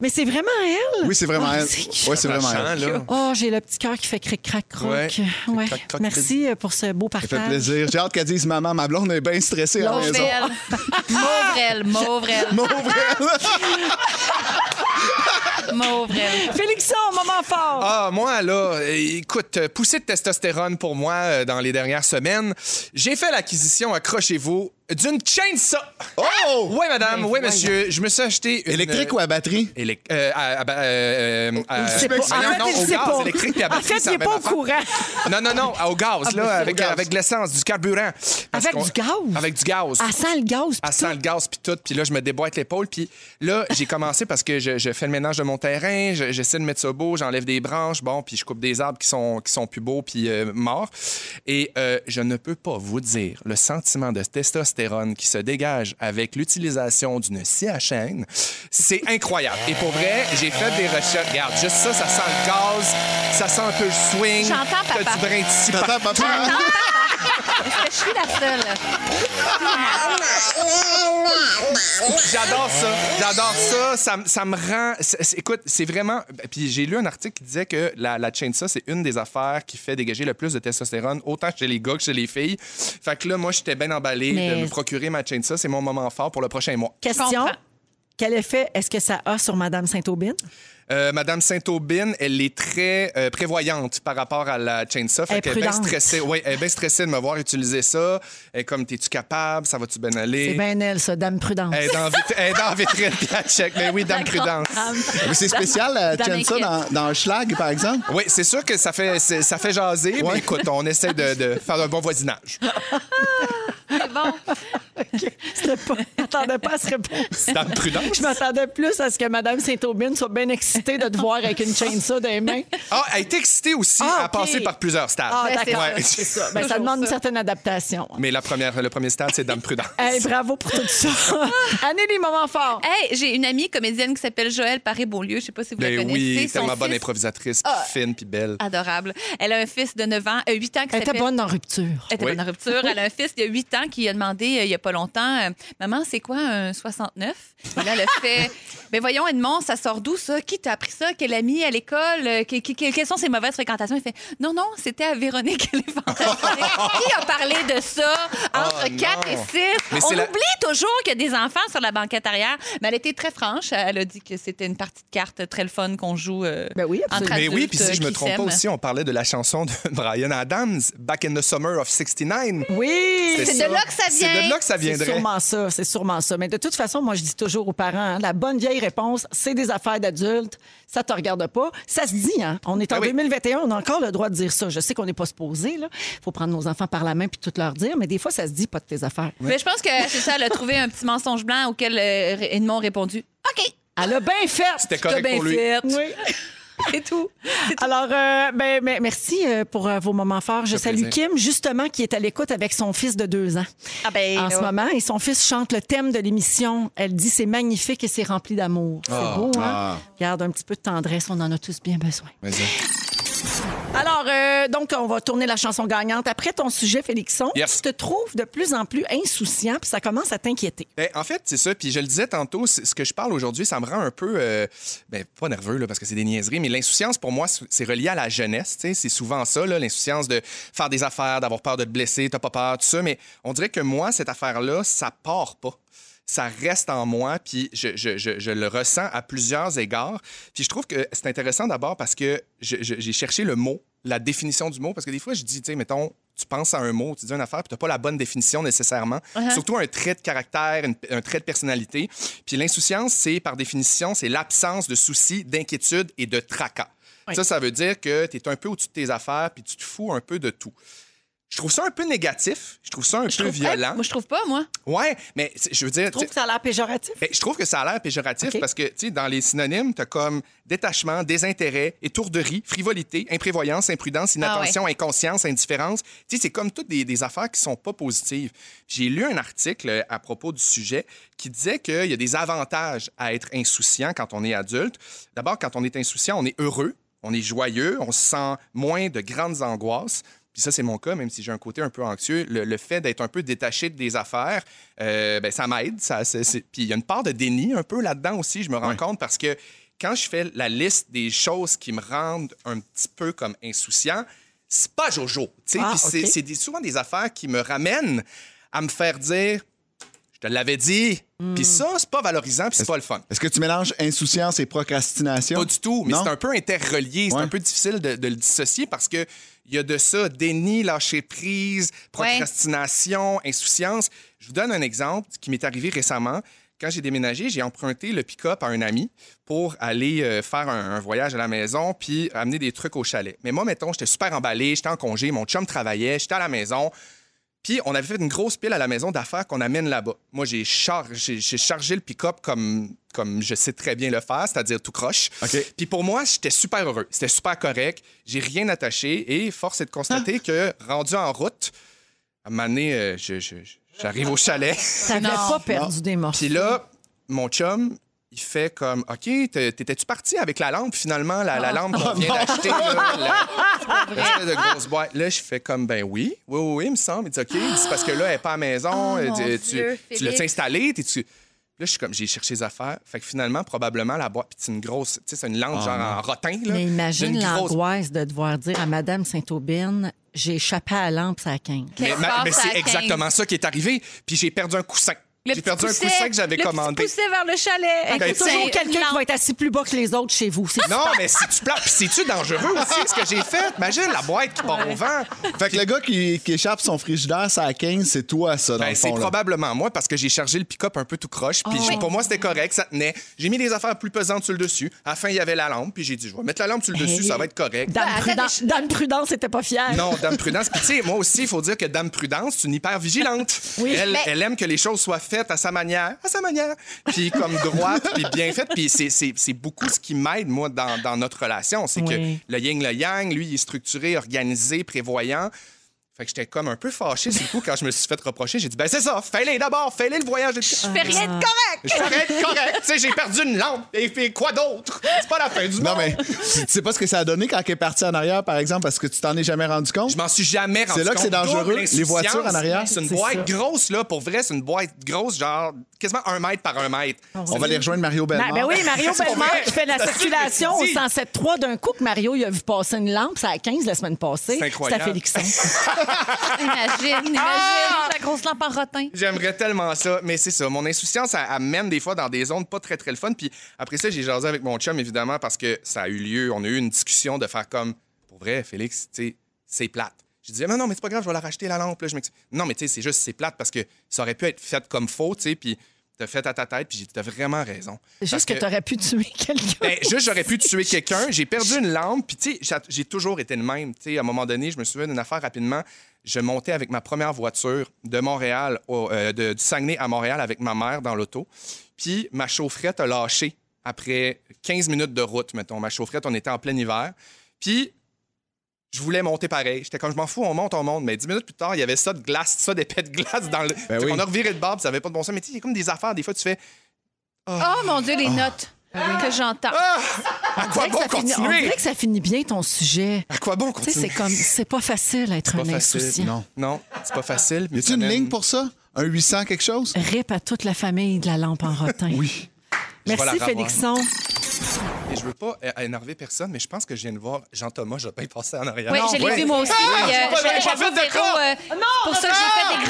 Speaker 1: Mais c'est vraiment elle.
Speaker 4: Oui, c'est vraiment
Speaker 1: Oh,
Speaker 4: elle.
Speaker 1: c'est cute.
Speaker 4: Oui, c'est vraiment
Speaker 2: Attachant,
Speaker 4: elle.
Speaker 2: là.
Speaker 1: Oh, j'ai le petit cœur qui fait cric crac croc.
Speaker 2: Ouais.
Speaker 1: Ouais.
Speaker 2: Crac, croc,
Speaker 1: Merci euh, pour ce beau
Speaker 4: Ça fait
Speaker 1: partage.
Speaker 4: plaisir. J'ai hâte qu'elle dise maman, ma blonde est bien stressée à la maison.
Speaker 3: Mauvrel. Mauvrel, Mauvrel,
Speaker 1: euh,
Speaker 4: *laughs* Mauvrel.
Speaker 3: Mauvrel.
Speaker 1: Félixon, moment fort.
Speaker 2: Ah, moi, là, euh, écoute, euh, poussée de testostérone pour moi euh, dans les dernières semaines. J'ai fait l'acquisition, accrochez-vous, d'une chainsaw.
Speaker 4: Oh!
Speaker 2: Oui, madame, oui, monsieur. Je me suis acheté une.
Speaker 4: Électrique ou à batterie?
Speaker 2: Élec- euh, à- à- euh, euh, euh,
Speaker 1: Je sais pas.
Speaker 2: euh,
Speaker 1: En fait,
Speaker 2: non,
Speaker 1: il
Speaker 2: au
Speaker 1: sait
Speaker 2: gaz,
Speaker 1: pas.
Speaker 2: électrique puis à
Speaker 1: En
Speaker 2: batterie,
Speaker 1: fait,
Speaker 2: c'est
Speaker 1: il
Speaker 2: la
Speaker 1: est
Speaker 2: même
Speaker 1: pas au
Speaker 2: affaire.
Speaker 1: courant.
Speaker 2: Non, non, non, au gaz,
Speaker 1: ben, c'est
Speaker 2: là,
Speaker 1: au
Speaker 2: avec,
Speaker 1: gaz.
Speaker 2: avec de l'essence, du carburant. Parce
Speaker 1: Avec
Speaker 2: qu'on-
Speaker 1: du gaz? Ah,
Speaker 2: Avec du gaz.
Speaker 1: Elle sent le gaz.
Speaker 2: Elle Ah, sent le gaz, puis tout. Puis là, je me déboîte l'épaule. Puis là, j'ai commencé parce que je, je fais le ménage de mon terrain, je- j'essaie de mettre ça beau, j'enlève des branches, bon, puis je coupe des arbres qui sont, qui sont plus beaux, puis euh, morts. Et euh, je ne peux pas vous dire le sentiment de testostérone qui se dégage avec l'utilisation d'une scie à chaîne. C'est incroyable. Et pour vrai, j'ai fait des recherches. Regarde, juste ça, ça sent le gaz, ça sent un peu le swing.
Speaker 3: J'entends,
Speaker 2: T'as
Speaker 3: papa.
Speaker 2: du brin de scie
Speaker 4: Attends, *laughs* papa.
Speaker 3: Est-ce que je suis la seule?
Speaker 2: J'adore ça. J'adore ça. Ça, me- ça me rend. c'est- c'est- écoute, c'est vraiment. Puis j'ai lu un article qui disait que la, la chainsaw, c'est une des affaires qui fait dégager le plus de testostérone, autant chez les gars que chez les filles. Fait que là, moi, j'étais bien emballé
Speaker 1: Mais-
Speaker 2: de me procurer ma chainsaw. C'est mon moment fort pour le prochain mois.
Speaker 1: Question.
Speaker 3: comprends.
Speaker 1: Quel effet est-ce que ça a sur Madame Saint-Aubin?
Speaker 2: Euh, Madame Saint-Aubin, elle est très euh, prévoyante par rapport à la chainsaw.
Speaker 1: Elle est
Speaker 2: qu'elle est bien
Speaker 1: prudente.
Speaker 2: stressée. Oui, elle est bien stressée de me voir utiliser ça. Elle est comme, t'es-tu capable? Ça va-tu bien aller?
Speaker 1: C'est Eh bien elle, ça, Dame Prudence.
Speaker 2: Elle est dans, vit- elle est dans vitrine puis elle check. Mais oui, Dame Prudence.
Speaker 4: Mais c'est spécial, euh, Jensa, dans, dans Schlag, par exemple.
Speaker 2: Oui, c'est sûr que ça fait, c'est- ça fait jaser, mais écoute, on essaie de, de faire un bon voisinage.
Speaker 3: bon.
Speaker 1: C'était pas- *laughs* Je m'attendais pas à cette réponse.
Speaker 2: *laughs* Dame Prudence?
Speaker 1: Je m'attendais plus à ce que Madame Saint-Aubin soit bien excitée de te voir avec une chainsaw dans les mains.
Speaker 2: Ah, elle est excitée aussi
Speaker 1: Ah,
Speaker 2: à
Speaker 1: OK.
Speaker 2: passer par plusieurs stades.
Speaker 1: Ah, d'accord.
Speaker 2: Ouais.
Speaker 1: C'est ça. Ben, ça demande une certaine adaptation.
Speaker 2: Mais la première, le premier stade, c'est Dame Prudence.
Speaker 1: Hey, bravo pour tout ça.
Speaker 2: *laughs*
Speaker 1: Année les moments forts.
Speaker 3: Hey, j'ai une amie comédienne qui s'appelle Joëlle Paré-Beaulieu. Je sais pas si vous la
Speaker 2: Ben
Speaker 3: connaissez.
Speaker 2: oui,
Speaker 3: Son
Speaker 2: tellement bonne
Speaker 3: fils-
Speaker 2: improvisatrice,
Speaker 3: Ah.
Speaker 2: puis fine, puis belle.
Speaker 3: Adorable. Elle a un fils de 9 ans, euh, 8 ans qui
Speaker 1: Elle était
Speaker 3: s'appelle-
Speaker 1: bonne dans Rupture.
Speaker 3: Elle était
Speaker 2: Oui.
Speaker 3: bonne en rupture. Elle a un fils il y a 8 ans qui a demandé euh, il n'y a pas longtemps euh, Maman, c'est quoi un 69 Et là, elle a fait Ben voyons, Edmond, ça sort d'où ça Qui t'a appris ça Quel ami à l'école Euh, que- que- que- Quelles sont ses mauvaises fréquentations Il fait Non, non, c'était à Véronique, *laughs* elle est fantastique. qui a parlé de ça entre
Speaker 2: Oh, non.
Speaker 3: 4 et 6
Speaker 2: Mais
Speaker 3: On
Speaker 2: c'est
Speaker 3: oublie
Speaker 2: la-
Speaker 3: toujours qu'il y a des enfants sur la banquette arrière. Mais elle était très franche. Elle a dit que c'était une partie de cartes très le fun qu'on joue euh, entre
Speaker 2: Mais oui,
Speaker 3: adultes,
Speaker 2: puis si je
Speaker 3: euh,
Speaker 2: me
Speaker 3: qui
Speaker 2: trompe pas
Speaker 3: s'aiment.
Speaker 2: aussi, on parlait de la chanson de *laughs* Brian Adams, Back in the Summer of 69.
Speaker 1: Oui,
Speaker 2: C'est de là que ça vient. C'est de là que ça viendrait.
Speaker 1: C'est sûrement ça, c'est sûrement ça. Mais de toute façon, moi, je dis toujours aux parents, hein, la bonne vieille réponse, c'est des affaires d'adultes, ça te regarde pas. Ça se dit, hein? On est en
Speaker 2: Ah oui.
Speaker 1: 2021, on a encore le droit de dire ça. Je sais qu'on n'est pas supposé, là. faut prendre nos enfants par la main puis tout leur dire, mais des fois, ça se dit pas de tes affaires.
Speaker 3: Mais je pense que c'est ça, elle a trouvé un petit mensonge blanc auquel euh, Edmond a répondu OK.
Speaker 1: Elle a bien fait.
Speaker 2: C'était
Speaker 3: T'as
Speaker 2: correct
Speaker 3: bien
Speaker 2: pour lui.
Speaker 3: fait. *laughs*
Speaker 1: Oui.
Speaker 3: C'est tout.
Speaker 1: Alors, euh, ben, ben, merci euh, pour euh, vos moments forts. Je
Speaker 2: Ça fait
Speaker 1: salue
Speaker 2: plaisir.
Speaker 1: Kim, justement, qui est à l'écoute avec son fils de deux ans.
Speaker 3: Ah ben,
Speaker 1: en ce
Speaker 3: là.
Speaker 1: moment. Et son fils chante le thème de l'émission. Elle dit c'est magnifique et c'est rempli d'amour.
Speaker 2: Ah,
Speaker 1: c'est beau, hein?
Speaker 4: ah.
Speaker 1: Garde un petit peu de tendresse, on en a tous bien besoin.
Speaker 4: Mais ça-
Speaker 1: Alors, euh, donc, on va tourner la chanson gagnante. Après ton sujet, Félixon,
Speaker 2: Yes.
Speaker 1: tu te trouves de plus en plus insouciant, puis ça commence à t'inquiéter.
Speaker 2: Ben, en fait, c'est ça. Puis je le disais tantôt, c'est- ce que je parle aujourd'hui, ça me rend un peu, euh, ben, pas nerveux là, parce que c'est des niaiseries, mais l'insouciance pour moi, c'est c'est relié à la jeunesse. tu sais. C'est souvent ça, là, l'insouciance de faire des affaires, d'avoir peur de te blesser, t'as pas peur, tout ça. Mais on dirait que moi, cette affaire-là, ça part pas. Ça reste en moi, puis je, je- je- je le ressens à plusieurs égards. Puis je trouve que c'est intéressant d'abord parce que je- je- j'ai cherché le mot, la définition du mot, parce que des fois, je dis, tu sais, mettons, tu penses à un mot, tu dis une affaire, puis tu n'as pas la bonne définition nécessairement. Surtout un trait de caractère, une- un trait de personnalité. Puis l'insouciance, c'est par définition, c'est l'absence de soucis, d'inquiétude et de tracas.
Speaker 1: Oui.
Speaker 2: Ça, ça veut dire que tu es un peu au-dessus de tes affaires, puis tu te fous un peu de tout. Je trouve ça un peu négatif, je trouve ça un peu
Speaker 3: trouve- Hey,
Speaker 2: violent.
Speaker 3: moi, je trouve pas, moi.
Speaker 2: Ouais, mais c'est- je veux dire,
Speaker 1: Tu trouves que ça a l'air péjoratif?
Speaker 2: ben, je trouve que ça a l'air péjoratif
Speaker 1: OK.
Speaker 2: parce que, tu sais, dans les synonymes, t'as comme détachement, désintérêt, étourderie, frivolité, imprévoyance,
Speaker 1: Ah
Speaker 2: imprudence, inattention, inconscience, indifférence. Tu sais, c'est comme toutes des, des affaires qui sont pas positives. J'ai lu un article euh, à propos du sujet qui disait qu'il y a des avantages à être insouciant quand on est adulte. D'abord, quand on est insouciant, on est heureux, on est joyeux, on sent moins de grandes angoisses. Puis ça, c'est mon cas, même si j'ai un côté un peu anxieux. Le, le fait d'être un peu détaché des affaires, euh, ben, ça m'aide. Ça, c'est- c'est- Puis il y a une part de déni un peu là-dedans aussi, je me rends compte, parce que quand je fais la liste des choses qui me rendent un petit peu comme insouciant, c'est pas Jojo. tu sais.
Speaker 1: Ah,
Speaker 2: Puis c'est-
Speaker 1: OK.
Speaker 2: c'est des- souvent des affaires qui me ramènent à me faire dire « je te l'avais dit
Speaker 1: Hmm.
Speaker 2: Puis ça, c'est pas valorisant, puis c'est pas le fun.
Speaker 4: Est-ce que tu mélanges insouciance et procrastination?
Speaker 2: Pas du tout, mais
Speaker 4: Non?
Speaker 2: c'est un peu interrelié. C'est
Speaker 4: Ouais.
Speaker 2: un peu difficile de, de le dissocier parce que il y a de ça déni, lâcher prise, procrastination, insouciance. Je vous donne un exemple qui m'est arrivé récemment. Quand j'ai déménagé, j'ai emprunté le pick-up à un ami pour aller euh, faire un, un voyage à la maison puis amener des trucs au chalet. Mais moi, mettons, j'étais super emballé, j'étais en congé, mon chum travaillait, j'étais à la maison. Puis on avait fait une grosse pile à la maison d'affaires qu'on amène là-bas. Moi, j'ai char- j'ai- j'ai chargé le pick-up comme, comme je sais très bien le faire, c'est-à-dire tout croche.
Speaker 4: OK.
Speaker 2: Puis pour moi, j'étais super heureux. C'était super correct. J'ai rien attaché et force est de constater que rendu en route, à un moment donné, euh, je- je- je- j'arrive au chalet. *laughs*
Speaker 1: T'avais pas perdu des morceaux.
Speaker 2: Puis là, mon chum, il fait comme OK, t'es- t'étais-tu parti avec la lampe finalement, la, la lampe qu'on
Speaker 3: Ah,
Speaker 2: vient d'acheter, là,
Speaker 3: *laughs*
Speaker 2: la- l'espèce de grosse boîte. Là, je fais comme ben oui, oui, oui, oui, il me semble. Il dit OK, il dit, c'est parce que là, elle est pas à la maison.
Speaker 3: Oh,
Speaker 2: Elle
Speaker 3: mon
Speaker 2: dit,
Speaker 3: Dieu,
Speaker 2: tu tu l'as
Speaker 3: Félix.
Speaker 2: installé, t'es-tu. Là, je suis comme, j'ai cherché les affaires. Fait que finalement, probablement, la boîte, puis c'est une grosse, tu sais, c'est une lampe genre en rotin, là.
Speaker 1: Mais imagine
Speaker 2: Une grosse-
Speaker 1: l'angoisse de devoir dire à Madame Saint-Aubin, j'ai échappé à la lampe, ça a quinze.
Speaker 2: Mais,
Speaker 3: Quelque
Speaker 2: ma-
Speaker 3: part,
Speaker 2: mais
Speaker 3: ça
Speaker 2: c'est
Speaker 3: a quinze.
Speaker 2: exactement ça qui est arrivé. Puis j'ai perdu un coussin.
Speaker 3: Le
Speaker 2: J'ai
Speaker 3: petit
Speaker 2: perdu un
Speaker 3: pousset,
Speaker 2: coussin que j'avais
Speaker 3: le petit
Speaker 2: commandé.
Speaker 3: pousset vers le chalet.
Speaker 2: Ah,
Speaker 1: Il y a
Speaker 2: Ben,
Speaker 3: Écoute,
Speaker 1: toujours
Speaker 3: c'est-
Speaker 1: quelqu'un qui
Speaker 3: non.
Speaker 1: va être assis plus bas que les autres chez vous. C'est
Speaker 2: Non, mais si tu plantes, puis c'est-tu dangereux aussi ce que j'ai fait? Imagine la boîte qui part au vent.
Speaker 4: Fait que le gars qui, qui échappe son frigidaire, ça à 15, c'est toi, ça, dans
Speaker 2: Ben,
Speaker 4: le
Speaker 2: c'est
Speaker 4: fond. là.
Speaker 2: probablement moi parce que j'ai chargé le pick-up un peu tout croche. Puis
Speaker 3: Ah.
Speaker 2: j'ai-
Speaker 3: Oui.
Speaker 2: pour moi, c'était correct, ça tenait. J'ai mis des affaires plus pesantes sur le dessus. À la fin, il y avait la lampe. Puis j'ai dit, je vais mettre la lampe sur le dessus, ça va être correct.
Speaker 1: Dame,
Speaker 3: attends,
Speaker 1: Prudence, Dame Prudence n'était pas fière.
Speaker 2: Ben, Non, Dame Prudence. Puis, tu sais, moi aussi, il faut dire que Dame Prudence, c'est une hyper vigilante.
Speaker 3: *laughs*
Speaker 2: elle,
Speaker 3: Mais-
Speaker 2: elle aime que les choses soient faites à sa manière, à sa manière. Puis, comme droite, puis bien faite. Puis, c'est- c'est c'est beaucoup ce qui m'aide, moi, dans, dans notre relation. C'est
Speaker 1: Oui.
Speaker 2: que le yin, le yang, lui, il est structuré, organisé, prévoyant. Fait que j'étais comme un peu fâché, du coup, quand je me suis fait reprocher. J'ai dit, ben, c'est ça, fais-les d'abord, fais-les le voyage.
Speaker 3: Je fais rien de correct.
Speaker 2: Je pourrais être correct. Tu sais, j'ai perdu une lampe. Et puis, quoi d'autre? C'est pas la fin du
Speaker 4: Non,
Speaker 2: monde.
Speaker 4: mais tu tu sais pas ce que ça a donné quand elle est partie en arrière, par exemple, parce que tu t'en es jamais rendu compte?
Speaker 2: Je m'en suis jamais rendu
Speaker 4: C'est là que
Speaker 2: compte.
Speaker 4: c'est dangereux,
Speaker 2: Double
Speaker 4: les
Speaker 2: insouciance.
Speaker 4: voitures en arrière.
Speaker 2: C'est une
Speaker 1: C'est
Speaker 2: boîte
Speaker 1: ça.
Speaker 2: grosse, là. Pour vrai, c'est une boîte grosse, genre quasiment un mètre par un mètre.
Speaker 1: Ah
Speaker 4: On va aller rejoindre Mario Bellemare.
Speaker 1: Ben, ben oui, Mario
Speaker 2: *laughs* C'est pas
Speaker 1: Bellemare
Speaker 2: vrai.
Speaker 1: qui fait la
Speaker 2: C'est ça que
Speaker 1: circulation au
Speaker 2: je me suis dit.
Speaker 1: 107.3 d'un coup que Mario il a vu passer une lampe, ça à 15 la semaine passée.
Speaker 2: C'est incroyable.
Speaker 1: à
Speaker 2: *laughs*
Speaker 1: Félixon.
Speaker 3: Imagine, imagine.
Speaker 2: Ah!
Speaker 3: La grosse lampe en rotin.
Speaker 2: J'aimerais tellement ça, mais c'est ça. Mon insouciance, elle, elle mène des fois dans des zones pas très, très le fun. Puis après ça, j'ai jasé avec mon chum, évidemment, parce que ça a eu lieu. On a eu une discussion de faire comme, pour vrai, Félix, tu sais, c'est plate. Je disais, mais non, mais c'est pas grave, je vais la racheter, la lampe. Là, je m'excuse. non, mais tu sais, c'est juste, c'est plate parce que ça aurait pu être fait comme faux, tu sais, puis t'as fait à ta tête, puis j'ai dit, t'as vraiment raison.
Speaker 1: C'est
Speaker 2: Parce
Speaker 1: juste que, t'aurais pu tuer quelqu'un.
Speaker 2: Ben, juste, j'aurais pu tuer quelqu'un. J'ai perdu une lampe. Puis, tu sais, j'a- j'ai toujours été le même. Tu sais, à un moment donné, je me souviens d'une affaire rapidement. Je montais avec ma première voiture de Montréal, au- euh, de- du Saguenay à Montréal avec ma mère dans l'auto. Puis, ma chaufferette a lâché après 15 minutes de route, mettons. Ma chaufferette, on était en plein hiver. Puis, je voulais monter pareil. J'étais comme, je m'en fous, on monte, on monte. Mais 10 minutes plus tard, il y avait ça de glace, ça d'épais de glace dans le.
Speaker 4: Ben
Speaker 2: Fait
Speaker 4: oui.
Speaker 2: qu'on a reviré de barbe, ça avait pas de bon sens. Mais tu sais, il y a comme des affaires. Des fois, tu fais,
Speaker 3: Oh mon
Speaker 2: Ah.
Speaker 3: Dieu, les notes que j'entends.
Speaker 2: à quoi bon
Speaker 1: ça finit, on
Speaker 2: continuer?
Speaker 1: dirait que ça finit bien ton sujet.
Speaker 2: À quoi bon
Speaker 1: Tu sais,
Speaker 2: continuer?
Speaker 1: c'est comme, c'est pas facile d'être un
Speaker 2: pas facile,
Speaker 1: insouciant.
Speaker 4: Non.
Speaker 2: Non, c'est pas facile.
Speaker 4: Y
Speaker 2: Mais
Speaker 4: a-tu une ligne pour ça? Un 800 quelque chose?
Speaker 1: Rip à toute la famille de la lampe en rotin.
Speaker 4: Oui.
Speaker 2: Je vais la
Speaker 1: Merci,
Speaker 2: revoir.
Speaker 1: Félixon.
Speaker 2: Et je veux pas euh, énerver personne, mais je pense que je viens de voir Jean-Thomas Jobin passer en arrière.
Speaker 3: Oui,
Speaker 2: Non,
Speaker 3: je l'ai
Speaker 2: ouais.
Speaker 3: vu moi aussi. Euh,
Speaker 2: Ah, j'ai pas-
Speaker 3: j'avais
Speaker 2: j'ai pas
Speaker 3: pas
Speaker 2: fait
Speaker 3: vu
Speaker 2: de
Speaker 3: Véro,
Speaker 2: corps.
Speaker 3: euh, C'est pour ça que j'ai fait des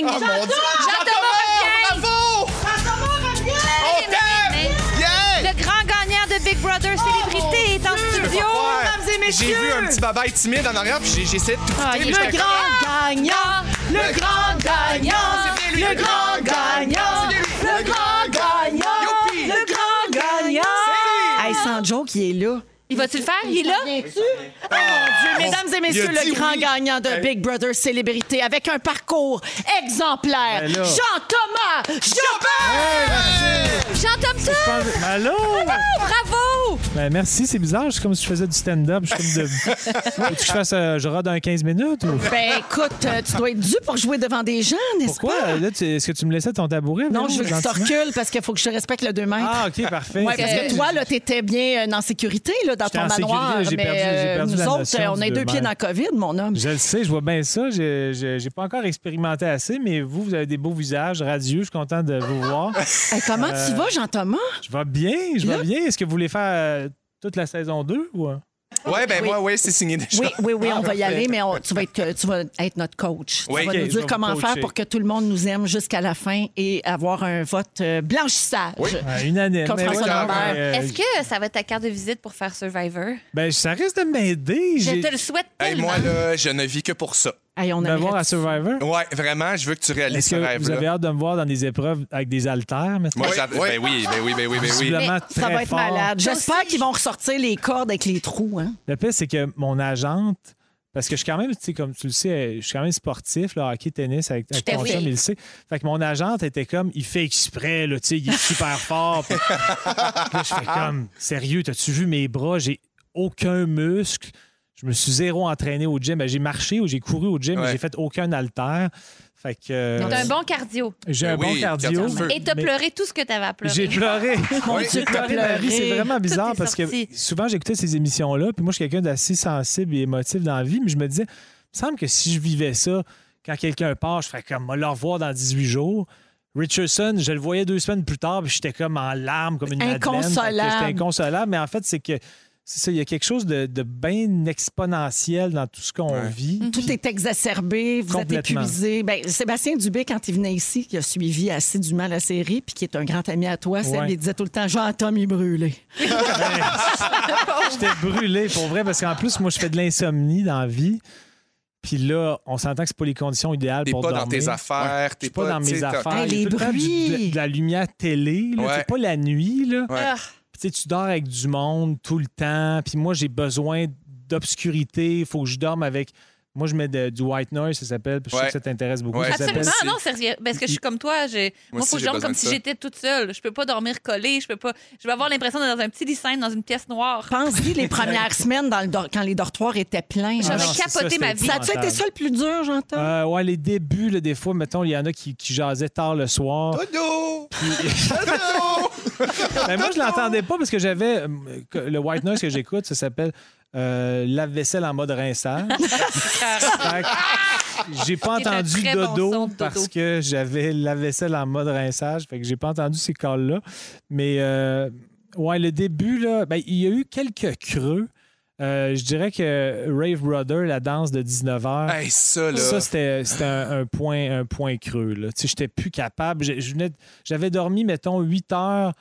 Speaker 3: grands signes.
Speaker 2: Oh mon Dieu!
Speaker 3: Jean-Thomas revient!
Speaker 2: Bravo! On t'aime! Yeah!
Speaker 3: Le grand gagnant de Big Brother Célébrité est en
Speaker 2: Oh! Je peux pas
Speaker 3: studio.
Speaker 2: croire. J'ai vu un petit babaille timide en arrière, puis j'ai- j'ai essayé de tout
Speaker 3: Ah,
Speaker 2: couper,
Speaker 3: il
Speaker 2: mais
Speaker 3: est
Speaker 2: j'étais comme-
Speaker 1: grand gagnant,
Speaker 2: Le
Speaker 1: grand gagnant,
Speaker 2: C'est bien lui, le le grand grand gagnant, gagnant, c'est bien lui. le grand gagnant, Youpi. le
Speaker 1: grand gagnant. Hey, sans joke, il est là.
Speaker 3: Il va-tu le faire? Il est là?
Speaker 1: Oh, Mesdames et messieurs,
Speaker 2: Ah, il a dit
Speaker 1: le grand
Speaker 2: oui.
Speaker 1: gagnant de Big Brother Célébrité avec un parcours exemplaire,
Speaker 12: Ben là.
Speaker 1: Jean-Thomas Jobin!
Speaker 3: J'entends ça!
Speaker 12: Ben, Allô?
Speaker 3: Bravo!
Speaker 12: Ben, merci, c'est bizarre. Je suis comme si je faisais du stand-up.
Speaker 1: *laughs*
Speaker 12: Je suis comme de. Faut que je fasse. euh, je rode un 15 minutes ou.
Speaker 1: Ben écoute, euh, tu dois être dû pour jouer devant des gens, n'est-ce
Speaker 12: Pourquoi? Euh,
Speaker 1: pas?
Speaker 12: Là, tu- Est-ce que tu me laissais ton tabouret?
Speaker 1: Non,
Speaker 12: Véro,
Speaker 1: je veux que tu te
Speaker 12: gentiment?
Speaker 1: recules parce qu'il faut que je respecte le 2 mètres.
Speaker 12: Ah, OK, parfait.
Speaker 1: Ouais, parce
Speaker 3: Euh,
Speaker 1: que toi, là, t'étais bien euh, en sécurité, là, dans
Speaker 12: J'étais
Speaker 1: ton
Speaker 12: en sécurité,
Speaker 1: manoir.
Speaker 12: j'ai
Speaker 1: mais
Speaker 12: perdu- j'ai
Speaker 1: euh,
Speaker 12: perdu
Speaker 1: nous
Speaker 12: la
Speaker 1: autres,
Speaker 12: notion
Speaker 1: euh, on
Speaker 12: du
Speaker 1: est deux
Speaker 12: deux
Speaker 1: pieds
Speaker 12: mètres.
Speaker 1: dans le COVID, mon homme.
Speaker 12: Je le sais, je vois bien ça. Je je- j'ai pas encore expérimenté assez, mais vous, vous avez des beaux visages radieux. Je suis content de
Speaker 1: *laughs*
Speaker 12: vous voir.
Speaker 1: Hey, comment
Speaker 12: Euh,
Speaker 1: tu vas, Jean-Thomas?
Speaker 12: Je vais bien, je
Speaker 1: Là-
Speaker 12: vais bien. Est-ce que vous voulez faire euh, toute la saison 2 ou. euh?
Speaker 2: Ouais, ben moi, ouais, c'est signé déjà.
Speaker 1: Oui, oui,
Speaker 12: Ah,
Speaker 1: oui, on va y
Speaker 2: parfait.
Speaker 1: aller, mais on- tu, vas être, euh, tu vas être notre coach.
Speaker 2: Oui,
Speaker 1: tu vas
Speaker 2: ok,
Speaker 1: nous
Speaker 12: je vais
Speaker 1: dire
Speaker 12: vous
Speaker 1: comment
Speaker 12: coacher.
Speaker 1: faire pour que tout le monde nous aime jusqu'à la fin et avoir un vote euh, blanchissage.
Speaker 12: Ouais, Ah, une année.
Speaker 1: Comme
Speaker 12: mais
Speaker 1: François
Speaker 12: oui,
Speaker 1: Lambert.
Speaker 12: mais, euh,
Speaker 3: Est-ce que ça va être ta carte de visite pour faire Survivor?
Speaker 12: Ben, ça risque de m'aider.
Speaker 3: Je
Speaker 12: J'ai-
Speaker 3: te le souhaite
Speaker 2: Hey,
Speaker 3: tellement.
Speaker 2: moi, là, je ne vis que pour ça.
Speaker 1: Hey, on
Speaker 12: de me voir à
Speaker 1: aimerait-
Speaker 12: Survivor.
Speaker 2: Ouais, vraiment, je veux que tu réalises
Speaker 12: Est-ce
Speaker 2: ce
Speaker 12: que vous avez
Speaker 2: rêve-là.
Speaker 12: hâte de me voir dans des épreuves avec des haltères? mais
Speaker 2: Moi, j'attends- Ben oui, ben oui, ben oui, ben oui.
Speaker 12: Visiblement
Speaker 1: Ça
Speaker 12: très
Speaker 1: va être
Speaker 12: fort.
Speaker 1: malade. J'espère qu'ils vont ressortir les cordes avec les trous. Hein.
Speaker 12: Le pire, c'est que mon agente, parce que je suis quand même, tu sais, comme tu le sais, je suis quand même sportif, là, hockey, tennis, avec, avec
Speaker 3: Tout à
Speaker 12: ton
Speaker 3: fait.
Speaker 12: chum, il le sait. Fait que mon agente était comme, il fait exprès, là, tu sais, il est super fort. Puis- Puis là, je fais comme, sérieux, t'as-tu vu mes bras? J'ai aucun muscle. Je me suis zéro entraîné au gym. Ben, j'ai marché ou j'ai couru au gym,
Speaker 2: Ouais.
Speaker 12: mais j'ai fait aucun haltère. Fait que euh,
Speaker 3: T'as un bon cardio.
Speaker 12: j'ai un
Speaker 2: Ben
Speaker 12: bon
Speaker 2: oui,
Speaker 12: cardio.
Speaker 2: cardio feu.
Speaker 3: Et t'as
Speaker 12: mais-
Speaker 3: pleuré tout ce que t'avais à pleurer.
Speaker 12: J'ai pleuré.
Speaker 1: Mon
Speaker 2: Oui.
Speaker 1: Dieu,
Speaker 12: Pleuré,
Speaker 1: t'as
Speaker 12: Marie, c'est
Speaker 1: pleuré.
Speaker 12: vraiment bizarre
Speaker 3: est
Speaker 12: parce
Speaker 3: sorti.
Speaker 12: que souvent j'écoutais ces émissions-là, puis moi je suis quelqu'un d'assez sensible et émotif dans la vie, mais je me disais, il me semble que si je vivais ça, quand quelqu'un part, je ferais comme, va le revoir dans 18 jours. Richardson, je le voyais deux semaines plus tard, puis j'étais comme en larmes, comme une madeleine.
Speaker 1: Inconsolable.
Speaker 12: Fait que J'étais inconsolable, mais en fait, c'est que c'est ça, il y a quelque chose de, de bien exponentiel dans tout ce qu'on vit.
Speaker 1: euh, Tout est exacerbé, vous êtes
Speaker 12: Complètement.
Speaker 1: épuisé. Ben, Sébastien Dubé, quand il venait ici, qui a suivi assidûment la série, puis qui est un grand ami à toi, Seb,
Speaker 12: Ouais.
Speaker 1: il disait tout le temps Jean-Tom, il brûlé.
Speaker 12: J'étais brûlé pour vrai parce qu'en plus, moi, je fais de l'insomnie dans la vie. Puis là, on s'entend que c'est pas les conditions idéales
Speaker 2: T'es
Speaker 12: pour
Speaker 2: pas dans
Speaker 12: dormir.
Speaker 2: tes affaires,
Speaker 12: Je suis
Speaker 2: t'es pas-
Speaker 12: pas dans
Speaker 2: tu sais,
Speaker 12: mes
Speaker 2: t'as-
Speaker 12: affaires.
Speaker 2: Hey,
Speaker 12: Il y a
Speaker 2: les
Speaker 12: tout le temps du- de, de la lumière télé, là.
Speaker 2: Ouais.
Speaker 12: C'est pas la nuit, là.
Speaker 2: Ouais. Ah.
Speaker 12: Puis tu sais, tu dors avec du monde tout le temps. Puis moi, j'ai besoin d'obscurité. Il faut que je dorme avec... Moi, je mets de- du white noise, ça s'appelle. puis Je sais
Speaker 2: Ouais.
Speaker 12: que ça t'intéresse beaucoup.
Speaker 2: Ouais.
Speaker 12: Ça s'appelle-
Speaker 3: Absolument, non, sérieux. Parce que je suis comme toi. j'ai- Moi, il faut
Speaker 12: Moi aussi,
Speaker 3: que je
Speaker 12: j'ai
Speaker 3: dorme
Speaker 12: besoin
Speaker 3: comme
Speaker 12: de
Speaker 3: si
Speaker 12: ça.
Speaker 3: j'étais toute seule. Je peux pas dormir collée. Je peux pas. Je vais avoir l'impression d'être dans un petit lycée, dans une pièce noire.
Speaker 12: Ah
Speaker 1: Pense-y *laughs* les premières semaines dans le dor- quand les dortoirs étaient pleins.
Speaker 3: J'aurais
Speaker 1: Ah non,
Speaker 3: capoté
Speaker 1: c'est c'était
Speaker 3: ma vie.
Speaker 1: Ça a-tu été ça le plus dur, j'entends?
Speaker 12: Euh, ouais, les débuts, là, des fois, mettons, il y en a qui, qui jasaient tard le soir. *laughs* Ben, moi, je l'entendais pas parce que j'avais euh, que- le white noise que j'écoute, ça s'appelle euh, lave-vaisselle en mode rinçage.
Speaker 5: *laughs*
Speaker 12: Fait que j'ai pas
Speaker 5: C'est un
Speaker 12: entendu
Speaker 5: très bon
Speaker 12: dodo,
Speaker 5: son de dodo.
Speaker 12: parce que j'avais lave-vaisselle en mode rinçage. Fait que j'ai pas entendu ces calls-là. Mais euh, ouais, le début, là, ben, il y a eu quelques creux. Euh, je dirais que Rave Brother, la danse de 19h,
Speaker 2: Hey, ça, là.
Speaker 12: c'était c'était un, un point, un point creux. là. Tu sais, J'étais plus capable. Je- je venais de- J'avais dormi, mettons, 8 heures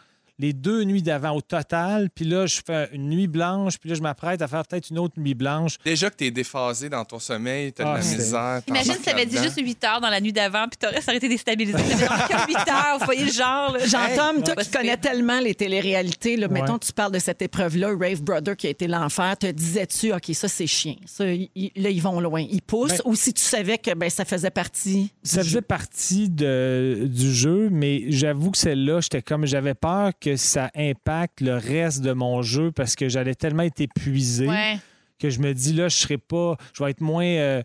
Speaker 12: les deux nuits d'avant au total. Puis là, je fais une nuit blanche. Puis là, je m'apprête à faire peut-être une autre nuit blanche.
Speaker 2: Déjà que t'es déphasé dans ton sommeil, t'as
Speaker 12: Ah,
Speaker 2: de la
Speaker 12: c'est-
Speaker 2: misère.
Speaker 3: Imagine si
Speaker 2: t'embarques
Speaker 3: t'avais dit
Speaker 2: là-dedans.
Speaker 3: juste 8 heures dans la nuit d'avant, puis t'aurais arrêté déstabilisé. T'avais dormi comme 8 heures, vous voyez le genre. là.
Speaker 1: Jean-Tom, toi qui connais tellement les téléréalités, là, mettons, tu parles de cette épreuve-là, Rave Brother qui a été l'enfer, te disais-tu, OK, ça, c'est chien. Ça, il- il- là, ils vont loin. Ils poussent.
Speaker 12: Ben-
Speaker 1: ou si tu savais que ben, ça faisait partie.
Speaker 12: Ça faisait partie de- du jeu, mais j'avoue que celle-là, j'étais comme j'avais peur que ça impacte le reste de mon jeu parce que j'allais tellement être épuisé
Speaker 5: Ouais.
Speaker 12: que je me dis là, je serai pas, je vais être moins, euh,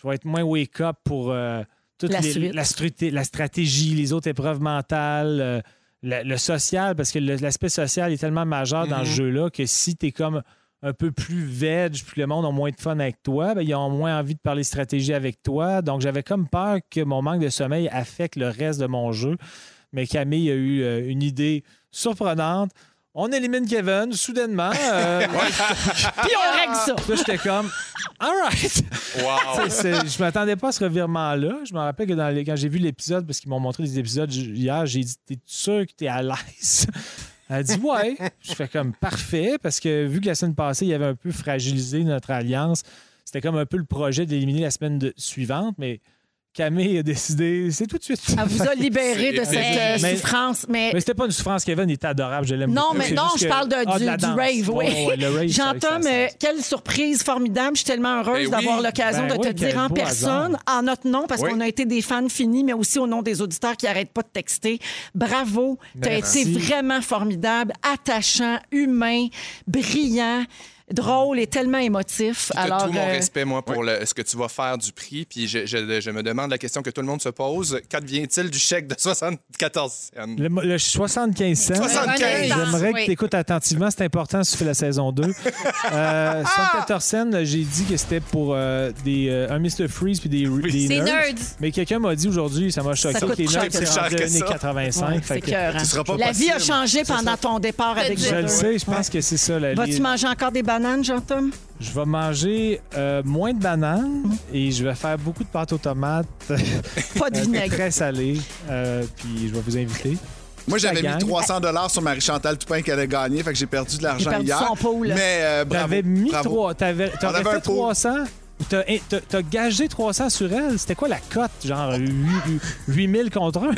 Speaker 12: je vais être moins wake up pour euh, toute
Speaker 5: La suite.
Speaker 12: la, struté- la stratégie, les autres épreuves mentales. euh, la- le social, parce que le- l'aspect social est tellement majeur dans
Speaker 5: Mhm.
Speaker 12: ce jeu-là que si t'es comme un peu plus veg, puis le monde a moins de fun avec toi, ben, ils ont moins envie de parler stratégie avec toi. Donc, j'avais comme peur que mon manque de sommeil affecte le reste de mon jeu. Mais Camille a eu euh, une idée surprenante. On élimine Kevin soudainement. euh,
Speaker 5: Puis
Speaker 1: Ah!
Speaker 5: on règle ça.
Speaker 12: Là, j'étais comme, all right.
Speaker 5: Wow.
Speaker 12: Tu sais, c'est- je m'attendais pas à ce revirement-là. Je me rappelle que dans les- quand j'ai vu l'épisode, parce qu'ils m'ont montré des épisodes j- hier, j'ai dit T'es sûr que t'es à l'aise Elle dit Ouais. je fais comme parfait, parce que vu que la semaine passée, il avait un peu fragilisé notre alliance, c'était comme un peu le projet d'éliminer la semaine de- suivante, mais Camille a décidé c'est tout de suite.
Speaker 1: Elle Ah, *laughs* vous a libéré de
Speaker 12: C'est-
Speaker 1: cette euh,
Speaker 12: Mais-
Speaker 1: souffrance. Mais,
Speaker 12: Mais c'était pas une souffrance, Kevin, il était adorable, je l'aime
Speaker 1: Non,
Speaker 12: beaucoup.
Speaker 1: mais
Speaker 12: C'est
Speaker 1: non,
Speaker 12: juste
Speaker 1: je
Speaker 12: que-
Speaker 1: parle de,
Speaker 12: Ah,
Speaker 1: du,
Speaker 12: la
Speaker 1: du
Speaker 12: danse.
Speaker 1: rave, oui.
Speaker 12: Ouais, ouais, le rave, c'est avec
Speaker 1: J'entends,
Speaker 12: ça,
Speaker 1: mais quelle surprise formidable. Je suis tellement heureuse
Speaker 12: Ben
Speaker 1: d'avoir
Speaker 12: oui.
Speaker 1: l'occasion
Speaker 12: Ben
Speaker 1: de
Speaker 12: oui,
Speaker 1: te dire
Speaker 12: quel
Speaker 1: en
Speaker 12: beau
Speaker 1: personne, en notre nom, parce
Speaker 12: Oui.
Speaker 1: qu'on a été des fans finis, mais aussi au nom des auditeurs qui n'arrêtent pas de texter. Bravo, tu as
Speaker 12: Merci.
Speaker 1: été vraiment formidable, attachant, humain, brillant, drôle et tellement émotif.
Speaker 2: T'as
Speaker 1: Alors,
Speaker 2: tout mon
Speaker 1: euh,
Speaker 2: respect, moi, pour le- ce que tu vas faire du prix. Puis je, je- je me demande la question que tout le monde se pose. Qu'advient-il du chèque de 74 cents?
Speaker 12: Le, le 75 cents.
Speaker 2: 75.
Speaker 12: J'aimerais
Speaker 2: Oui.
Speaker 12: que tu écoutes attentivement. C'est important si tu fais la saison 2. euh, 74 cents, j'ai dit que c'était pour euh, des, euh, un Mr. Freeze puis des, des
Speaker 5: C'est
Speaker 12: nerds.
Speaker 5: nerds.
Speaker 12: Mais quelqu'un m'a dit aujourd'hui, ça m'a choqué,
Speaker 1: Ça coûte
Speaker 12: que les
Speaker 1: cher
Speaker 12: nerds,
Speaker 1: que
Speaker 12: c'est
Speaker 1: ça.
Speaker 12: rendu
Speaker 1: Cher que ça.
Speaker 12: 1,85.
Speaker 1: ouais,
Speaker 12: Fait
Speaker 1: c'est
Speaker 12: que-
Speaker 1: écœurant. La vie a changé pendant ton départ avec
Speaker 12: Je le
Speaker 1: Brother.
Speaker 12: sais, je pense que c'est ça la
Speaker 1: Vas-tu
Speaker 12: vie.
Speaker 1: manger encore des bananes, Jean-Tom?
Speaker 12: Je vais manger euh, moins de bananes et je vais faire beaucoup de pâte aux tomates.
Speaker 1: Pas
Speaker 12: *laughs*
Speaker 1: de
Speaker 12: Euh,
Speaker 1: vinaigre.
Speaker 12: Très salé. Euh, puis je vais vous inviter.
Speaker 4: Moi, j'avais
Speaker 12: La gang.
Speaker 4: mis 300 sur Marie-Chantal Toupin qu'elle a gagné, fait que j'ai perdu de
Speaker 12: Il a
Speaker 4: l'argent
Speaker 12: perdu
Speaker 4: hier.
Speaker 12: son pot, là.
Speaker 4: Mais euh, bravo.
Speaker 12: T'avais mis
Speaker 4: bravo.
Speaker 12: 3, t'avais, t'aurais
Speaker 4: avait un
Speaker 12: fait
Speaker 4: pot.
Speaker 12: 300. T'as, eh, t'as- t'as gagé 300 sur elle. C'était quoi la cote? Genre 8000
Speaker 1: *laughs*
Speaker 12: contre 1?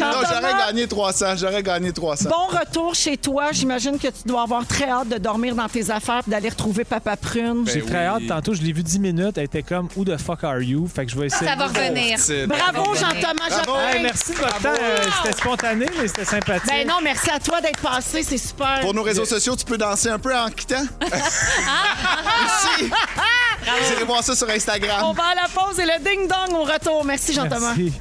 Speaker 4: Non,
Speaker 1: Jean-Thomas?
Speaker 4: j'aurais gagné 300, j'aurais gagné 300.
Speaker 1: Bon retour chez toi. J'imagine que tu dois avoir très hâte de dormir dans tes affaires et d'aller retrouver Papa Prune.
Speaker 12: J'ai très hâte. Tantôt, je l'ai vu 10 minutes. Elle était comme Who the fuck are you? Fait que je vais essayer.
Speaker 1: Ah, Ça va revenir. Bravo, Jean-Thomas Jobin.
Speaker 12: Hey, merci de votre temps.
Speaker 1: Bravo.
Speaker 12: Euh, C'était spontané, mais c'était sympathique.
Speaker 1: Ah, Ben non, merci à toi d'être passé, c'est super.
Speaker 4: Pour nos réseaux sociaux, tu peux danser un peu
Speaker 1: *laughs*
Speaker 4: en quittant. Merci. Vous irez voir ça sur Instagram.
Speaker 1: On va à la pause et le ding-dong au retour. Merci, Jean-Thomas.
Speaker 12: Merci.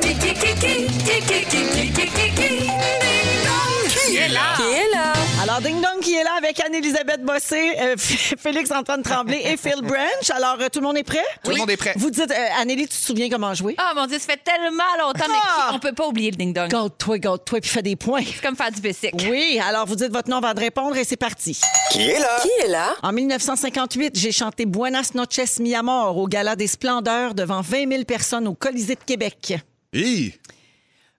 Speaker 5: Qui, qui, qui, qui, qui, qui, qui, qui, qui, qui, qui, qui, qui, qui, qui, qui, qui,
Speaker 1: Qui est là?
Speaker 9: Qui est là?
Speaker 1: Alors, Ding Dong qui est là avec Anne-Elisabeth Bossé, euh, *laughs* F- Félix-Antoine Tremblay et Phil Branch. Alors, euh, tout le monde est prêt?
Speaker 2: Tout le monde est prêt.
Speaker 1: Vous dites, euh, Anneli, tu te souviens comment jouer?
Speaker 3: Ah, mon Dieu, ça fait tellement longtemps, mais
Speaker 1: Ah!
Speaker 3: qui- on peut pas oublier le ding-dong.
Speaker 1: Garde-toi, garde-toi, puis fais des points.
Speaker 3: C'est comme faire du bicycle.
Speaker 1: Oui, alors vous dites votre nom avant de répondre et c'est parti.
Speaker 3: Qui est là? Qui
Speaker 9: est là?
Speaker 1: En 1958, j'ai chanté Buenas noches mi amor au Gala des Splendeurs devant 20 000 personnes au Colisée de Québec.
Speaker 4: Hi!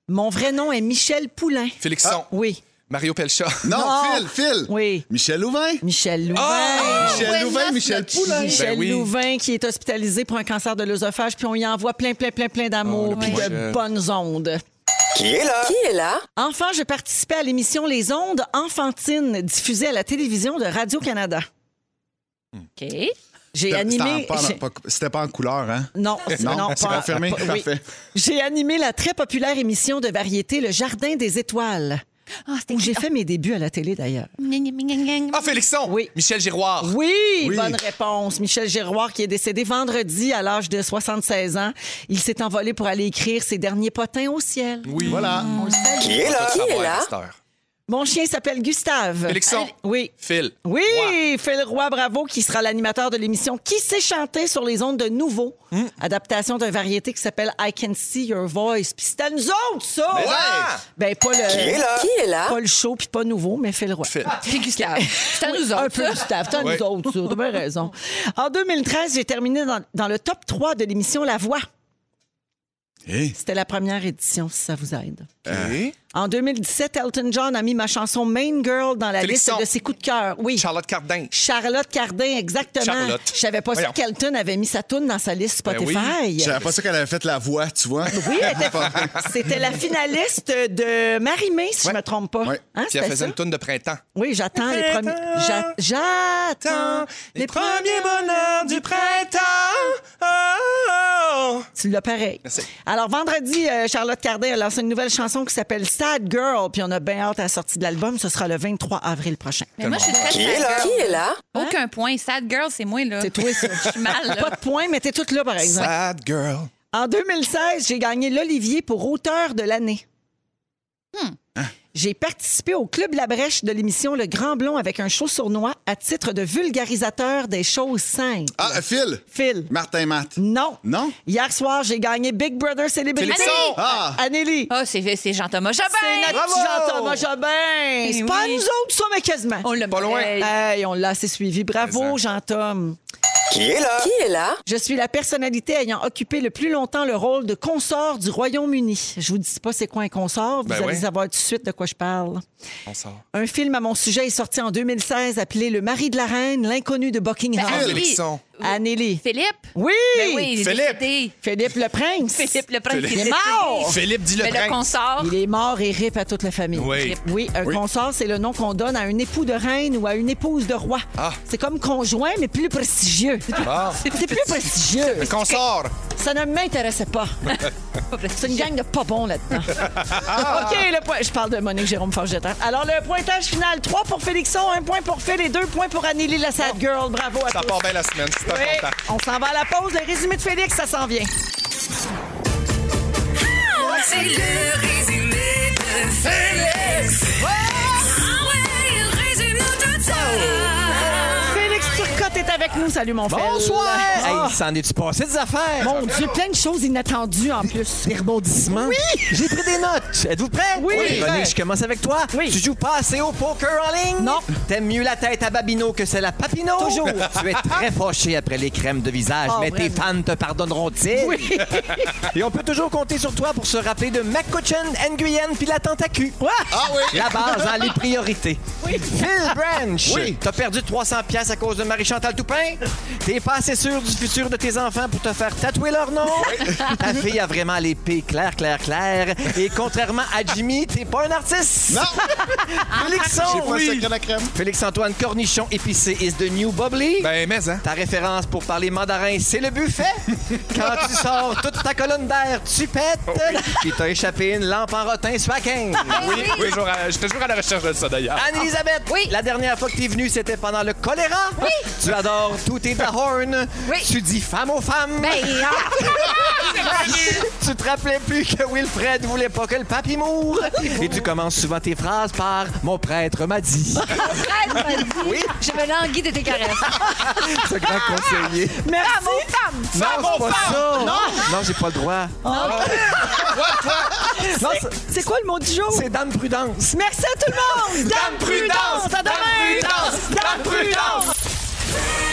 Speaker 1: Mon vrai nom est Michel Poulain.
Speaker 2: Félixson.
Speaker 12: Ah,
Speaker 1: oui.
Speaker 2: Mario Pelcha.
Speaker 4: Non, Phil, Phil.
Speaker 1: Oui.
Speaker 4: Michel Louvain.
Speaker 1: Michel Louvain.
Speaker 4: Ah! Michel Buenas Louvain, Michel noches. Poulain.
Speaker 1: Michel
Speaker 4: Ben oui.
Speaker 1: Louvain qui est hospitalisé pour un cancer de l'œsophage, puis on y envoie plein, plein, plein, plein d'amour,
Speaker 9: Oh,
Speaker 1: puis
Speaker 9: le pauvre
Speaker 1: de
Speaker 9: chef.
Speaker 1: bonnes ondes.
Speaker 9: Qui est là? Qui est là?
Speaker 1: Enfin, je participais à l'émission Les Ondes Enfantines, diffusée à la télévision de Radio-Canada.
Speaker 3: OK.
Speaker 1: J'ai
Speaker 4: C'était-
Speaker 1: animé.
Speaker 4: c'était en- pas en-
Speaker 1: j'ai-
Speaker 4: pas- C'était pas en couleur, hein?
Speaker 1: Non, c'est-
Speaker 4: non,
Speaker 1: non,
Speaker 4: c'est
Speaker 1: pas-
Speaker 4: confirmé.
Speaker 1: pas- oui.
Speaker 4: Parfait.
Speaker 1: J'ai animé la très populaire émission de variété Le Jardin des Étoiles.
Speaker 3: Ah,
Speaker 1: où
Speaker 3: *laughs*
Speaker 1: j'ai fait mes débuts à la télé d'ailleurs.
Speaker 2: Ah, Félixson.
Speaker 1: Oui.
Speaker 2: Michel Giroir.
Speaker 1: Oui, bonne réponse. Michel Giroir qui est décédé vendredi à l'âge de 76 ans. Il s'est envolé pour aller écrire ses derniers potins au ciel.
Speaker 2: Oui.
Speaker 4: Voilà.
Speaker 2: Qui est là? Qui est là?
Speaker 1: Mon chien s'appelle Gustave.
Speaker 2: Félixson.
Speaker 1: Oui.
Speaker 2: Phil.
Speaker 1: Oui, Phil Roy Bravo, qui sera l'animateur de l'émission Qui s'est chanté sur les ondes de nouveau, adaptation d'une variété qui s'appelle I Can See Your Voice. Puis c'était à nous autres, ça!
Speaker 5: Mais ouais!
Speaker 1: Ben, pas le.
Speaker 5: Qui est là? Qui est là?
Speaker 1: Pas le show, puis pas nouveau, mais Phil Roy.
Speaker 3: Puis Gustave. C'est à nous
Speaker 1: Un
Speaker 3: autres.
Speaker 1: peu Gustave, t'as
Speaker 3: Ouais.
Speaker 1: nous autres, ça. T'as bien raison. En 2013, j'ai terminé dans, dans le top 3 de l'émission La Voix. C'était la première édition, si ça vous aide.
Speaker 2: Euh,
Speaker 1: En 2017, Elton John a mis ma chanson Main Girl dans la
Speaker 2: Félixson.
Speaker 1: liste de ses coups de cœur. Oui.
Speaker 2: Charlotte Cardin.
Speaker 1: Charlotte Cardin, exactement.
Speaker 4: Charlotte.
Speaker 1: Je savais pas
Speaker 4: Voyons.
Speaker 1: si qu'Elton avait mis sa toune dans sa liste
Speaker 4: Ben oui.
Speaker 1: Spotify.
Speaker 4: Je savais pas ça qu'elle avait fait la voix, tu vois.
Speaker 1: Oui, elle
Speaker 4: *laughs*
Speaker 1: était- c'était la finaliste de Marie-Mé, si je me trompe pas. Hein,
Speaker 2: Puis elle
Speaker 1: c'était
Speaker 2: faisait
Speaker 1: ça?
Speaker 2: une toune de printemps.
Speaker 1: Oui, j'attends les premiers. j'a- J'attends Ah, les premiers bonheurs du printemps. Tu l'as pareil. Alors, vendredi, euh, Charlotte Cardin a lancé une nouvelle chanson qui s'appelle Sad Girl, puis on a bien hâte à la sortie de l'album. Ce sera le 23 avril prochain.
Speaker 3: Mais moi, je suis très
Speaker 1: Qui
Speaker 3: sad
Speaker 1: est là?
Speaker 3: girl.
Speaker 1: Qui est là? Hein?
Speaker 3: Aucun point. Sad girl, c'est moi, là.
Speaker 1: C'est toi, ça.
Speaker 3: Je suis mal, là.
Speaker 1: Pas de point, mais t'es toute là, par exemple.
Speaker 2: Sad girl.
Speaker 1: En 2016, j'ai gagné l'Olivier pour auteur de l'année.
Speaker 3: Hmm.
Speaker 1: J'ai participé au Club La Brèche de l'émission Le Grand Blond avec un show sournois à titre de vulgarisateur des choses simples.
Speaker 4: Ah, euh, Phil.
Speaker 1: Phil.
Speaker 4: Martin Matt.
Speaker 1: Non.
Speaker 4: Non?
Speaker 1: Hier soir, j'ai gagné Big Brother Célébrité.
Speaker 4: Félixson!
Speaker 1: Ah! Anneli!
Speaker 3: Ah, c'est c'est Jean-Thomas Jobin!
Speaker 1: C'est notre petit Jean-Thomas Jobin! C'est pas
Speaker 3: Ben oui.
Speaker 1: nous autres, ça, mais quasiment. On l'a Euh,
Speaker 3: Pas loin.
Speaker 1: Hey, on l'a assez suivi. Bravo, Jean-Tom.
Speaker 5: Qui est là? Qui est là?
Speaker 1: Je suis la personnalité ayant occupé le plus longtemps le rôle de consort du Royaume-Uni. Je vous dis pas c'est quoi un consort, vous
Speaker 2: Ben
Speaker 1: allez
Speaker 2: ouais.
Speaker 1: savoir tout de suite de quoi je parle.
Speaker 2: On sort.
Speaker 1: Un film à mon sujet est sorti en 2016 appelé Le mari de la reine, l'inconnu de Buckingham.
Speaker 2: Ben, Philippe. Félixson.
Speaker 1: Anneli.
Speaker 3: Euh, Philippe?
Speaker 1: Oui!
Speaker 3: Ben oui, il est Philippe. décédé.
Speaker 1: Philippe le prince.
Speaker 3: Philippe le prince.
Speaker 1: Il est mort!
Speaker 2: Philippe dit le
Speaker 3: Oh. Mais le
Speaker 2: prince.
Speaker 3: consort.
Speaker 1: Il est mort et rip à toute la famille.
Speaker 2: Oui.
Speaker 1: Oui, un
Speaker 2: Oui.
Speaker 1: consort, c'est le nom qu'on donne à un époux de reine ou à une épouse de roi.
Speaker 2: Ah.
Speaker 1: C'est comme conjoint, mais plus prestigieux.
Speaker 2: Ah.
Speaker 1: *laughs* C'est plus, c'est plus prestigieux.
Speaker 2: Un consort.
Speaker 1: Ça ne m'intéressait
Speaker 2: *laughs*
Speaker 1: pas. c'est une gang de pas bons là-dedans.
Speaker 2: Ah.
Speaker 1: OK, le point. Je parle de Monique Jérôme Forgetin. Alors, le pointage final 3 pour Félixon, 1 point pour Phil et 2 points pour Anneli la Sad Girl. Bravo à
Speaker 2: Ça
Speaker 1: tous.
Speaker 2: part bien la semaine. C'est
Speaker 1: Oui,
Speaker 2: important.
Speaker 1: on s'en va à la pause. Le résumé de Félix, ça s'en vient.
Speaker 5: C'est le résumé de Félix. Ouais. Ah ouais, il résume tout ça.
Speaker 1: Félix Turcotte est avec nous. Salut, mon Phil.
Speaker 13: Bonsoir!
Speaker 1: Ah.
Speaker 13: Hey, s'en est-tu passé des affaires?
Speaker 1: Mon Dieu, plein de choses inattendues en plus.
Speaker 13: Des rebondissements?
Speaker 1: Oui!
Speaker 13: J'ai pris des notes. Êtes-vous prêts?
Speaker 1: Oui.
Speaker 13: Monique, je commence avec toi.
Speaker 1: Oui.
Speaker 13: Tu joues pas assez au poker en ligne?
Speaker 1: Non.
Speaker 13: T'aimes mieux la tête à Babino que celle à Papino?
Speaker 1: *laughs* Toujours.
Speaker 13: Tu es *laughs* très fâché après les crèmes de visage,
Speaker 1: Ah,
Speaker 13: mais tes
Speaker 1: vraiment.
Speaker 13: fans te pardonneront-ils?
Speaker 1: Oui.
Speaker 13: Et on peut toujours compter sur toi pour se rappeler de McCutcheon, Nguyen puis la tentacu.
Speaker 4: Ah oui.
Speaker 13: La base, hein, les priorités. Phil Branch,
Speaker 4: Oui.
Speaker 13: t'as perdu 300 pièces à cause de Marie-Chantal Toupin. T'es pas assez sûr du futur de tes enfants pour te faire tatouer leur nom. *laughs* Ta fille a vraiment les pieds clair, clair, clair. Et contrairement à Jimmy, t'es pas un artiste. *laughs*
Speaker 4: Non.
Speaker 13: Félixon,
Speaker 4: J'ai pas
Speaker 13: oui.
Speaker 4: le secret de la crème.
Speaker 13: Félix-Antoine Cornichon épicé is the new bubbly.
Speaker 2: Ben, mais, hein.
Speaker 13: Ta référence pour parler mandarin, c'est le buffet.
Speaker 12: *laughs*
Speaker 13: Quand tu sors toute ta colonne d'air, tu pètes.
Speaker 12: Oh
Speaker 13: Puis t'as échappé une lampe en rotin
Speaker 12: *laughs*
Speaker 13: swacking.
Speaker 2: Oui, oui, toujours à- j'étais toujours à la recherche de ça d'ailleurs.
Speaker 13: Anne-Elisabeth,
Speaker 12: *laughs*
Speaker 13: la dernière fois que t'es venue, c'était pendant le choléra. Tu adores tout et ta horn. Tu
Speaker 12: dit femme aux femmes. *laughs* tu te rappelais plus que Wilfred voulait pas que le papy moure. Et tu commences souvent tes phrases par Mon prêtre m'a dit.
Speaker 3: Oui. Je me languis de tes caresses.
Speaker 12: Ce grand conseiller.
Speaker 1: Ah. Merci.
Speaker 12: Non,
Speaker 1: Femme
Speaker 12: c'est
Speaker 1: aux
Speaker 12: pas
Speaker 1: femmes.
Speaker 12: ça.
Speaker 1: Non. Ah.
Speaker 12: Non, j'ai pas le droit.
Speaker 1: *laughs*
Speaker 12: Non, c'est-
Speaker 1: C'est quoi le mot du jour?
Speaker 12: C'est Dame Prudence.
Speaker 1: Merci à tout le monde!
Speaker 2: Dame Prudence!
Speaker 1: À demain!
Speaker 2: Dame Prudence! Dame Prudence!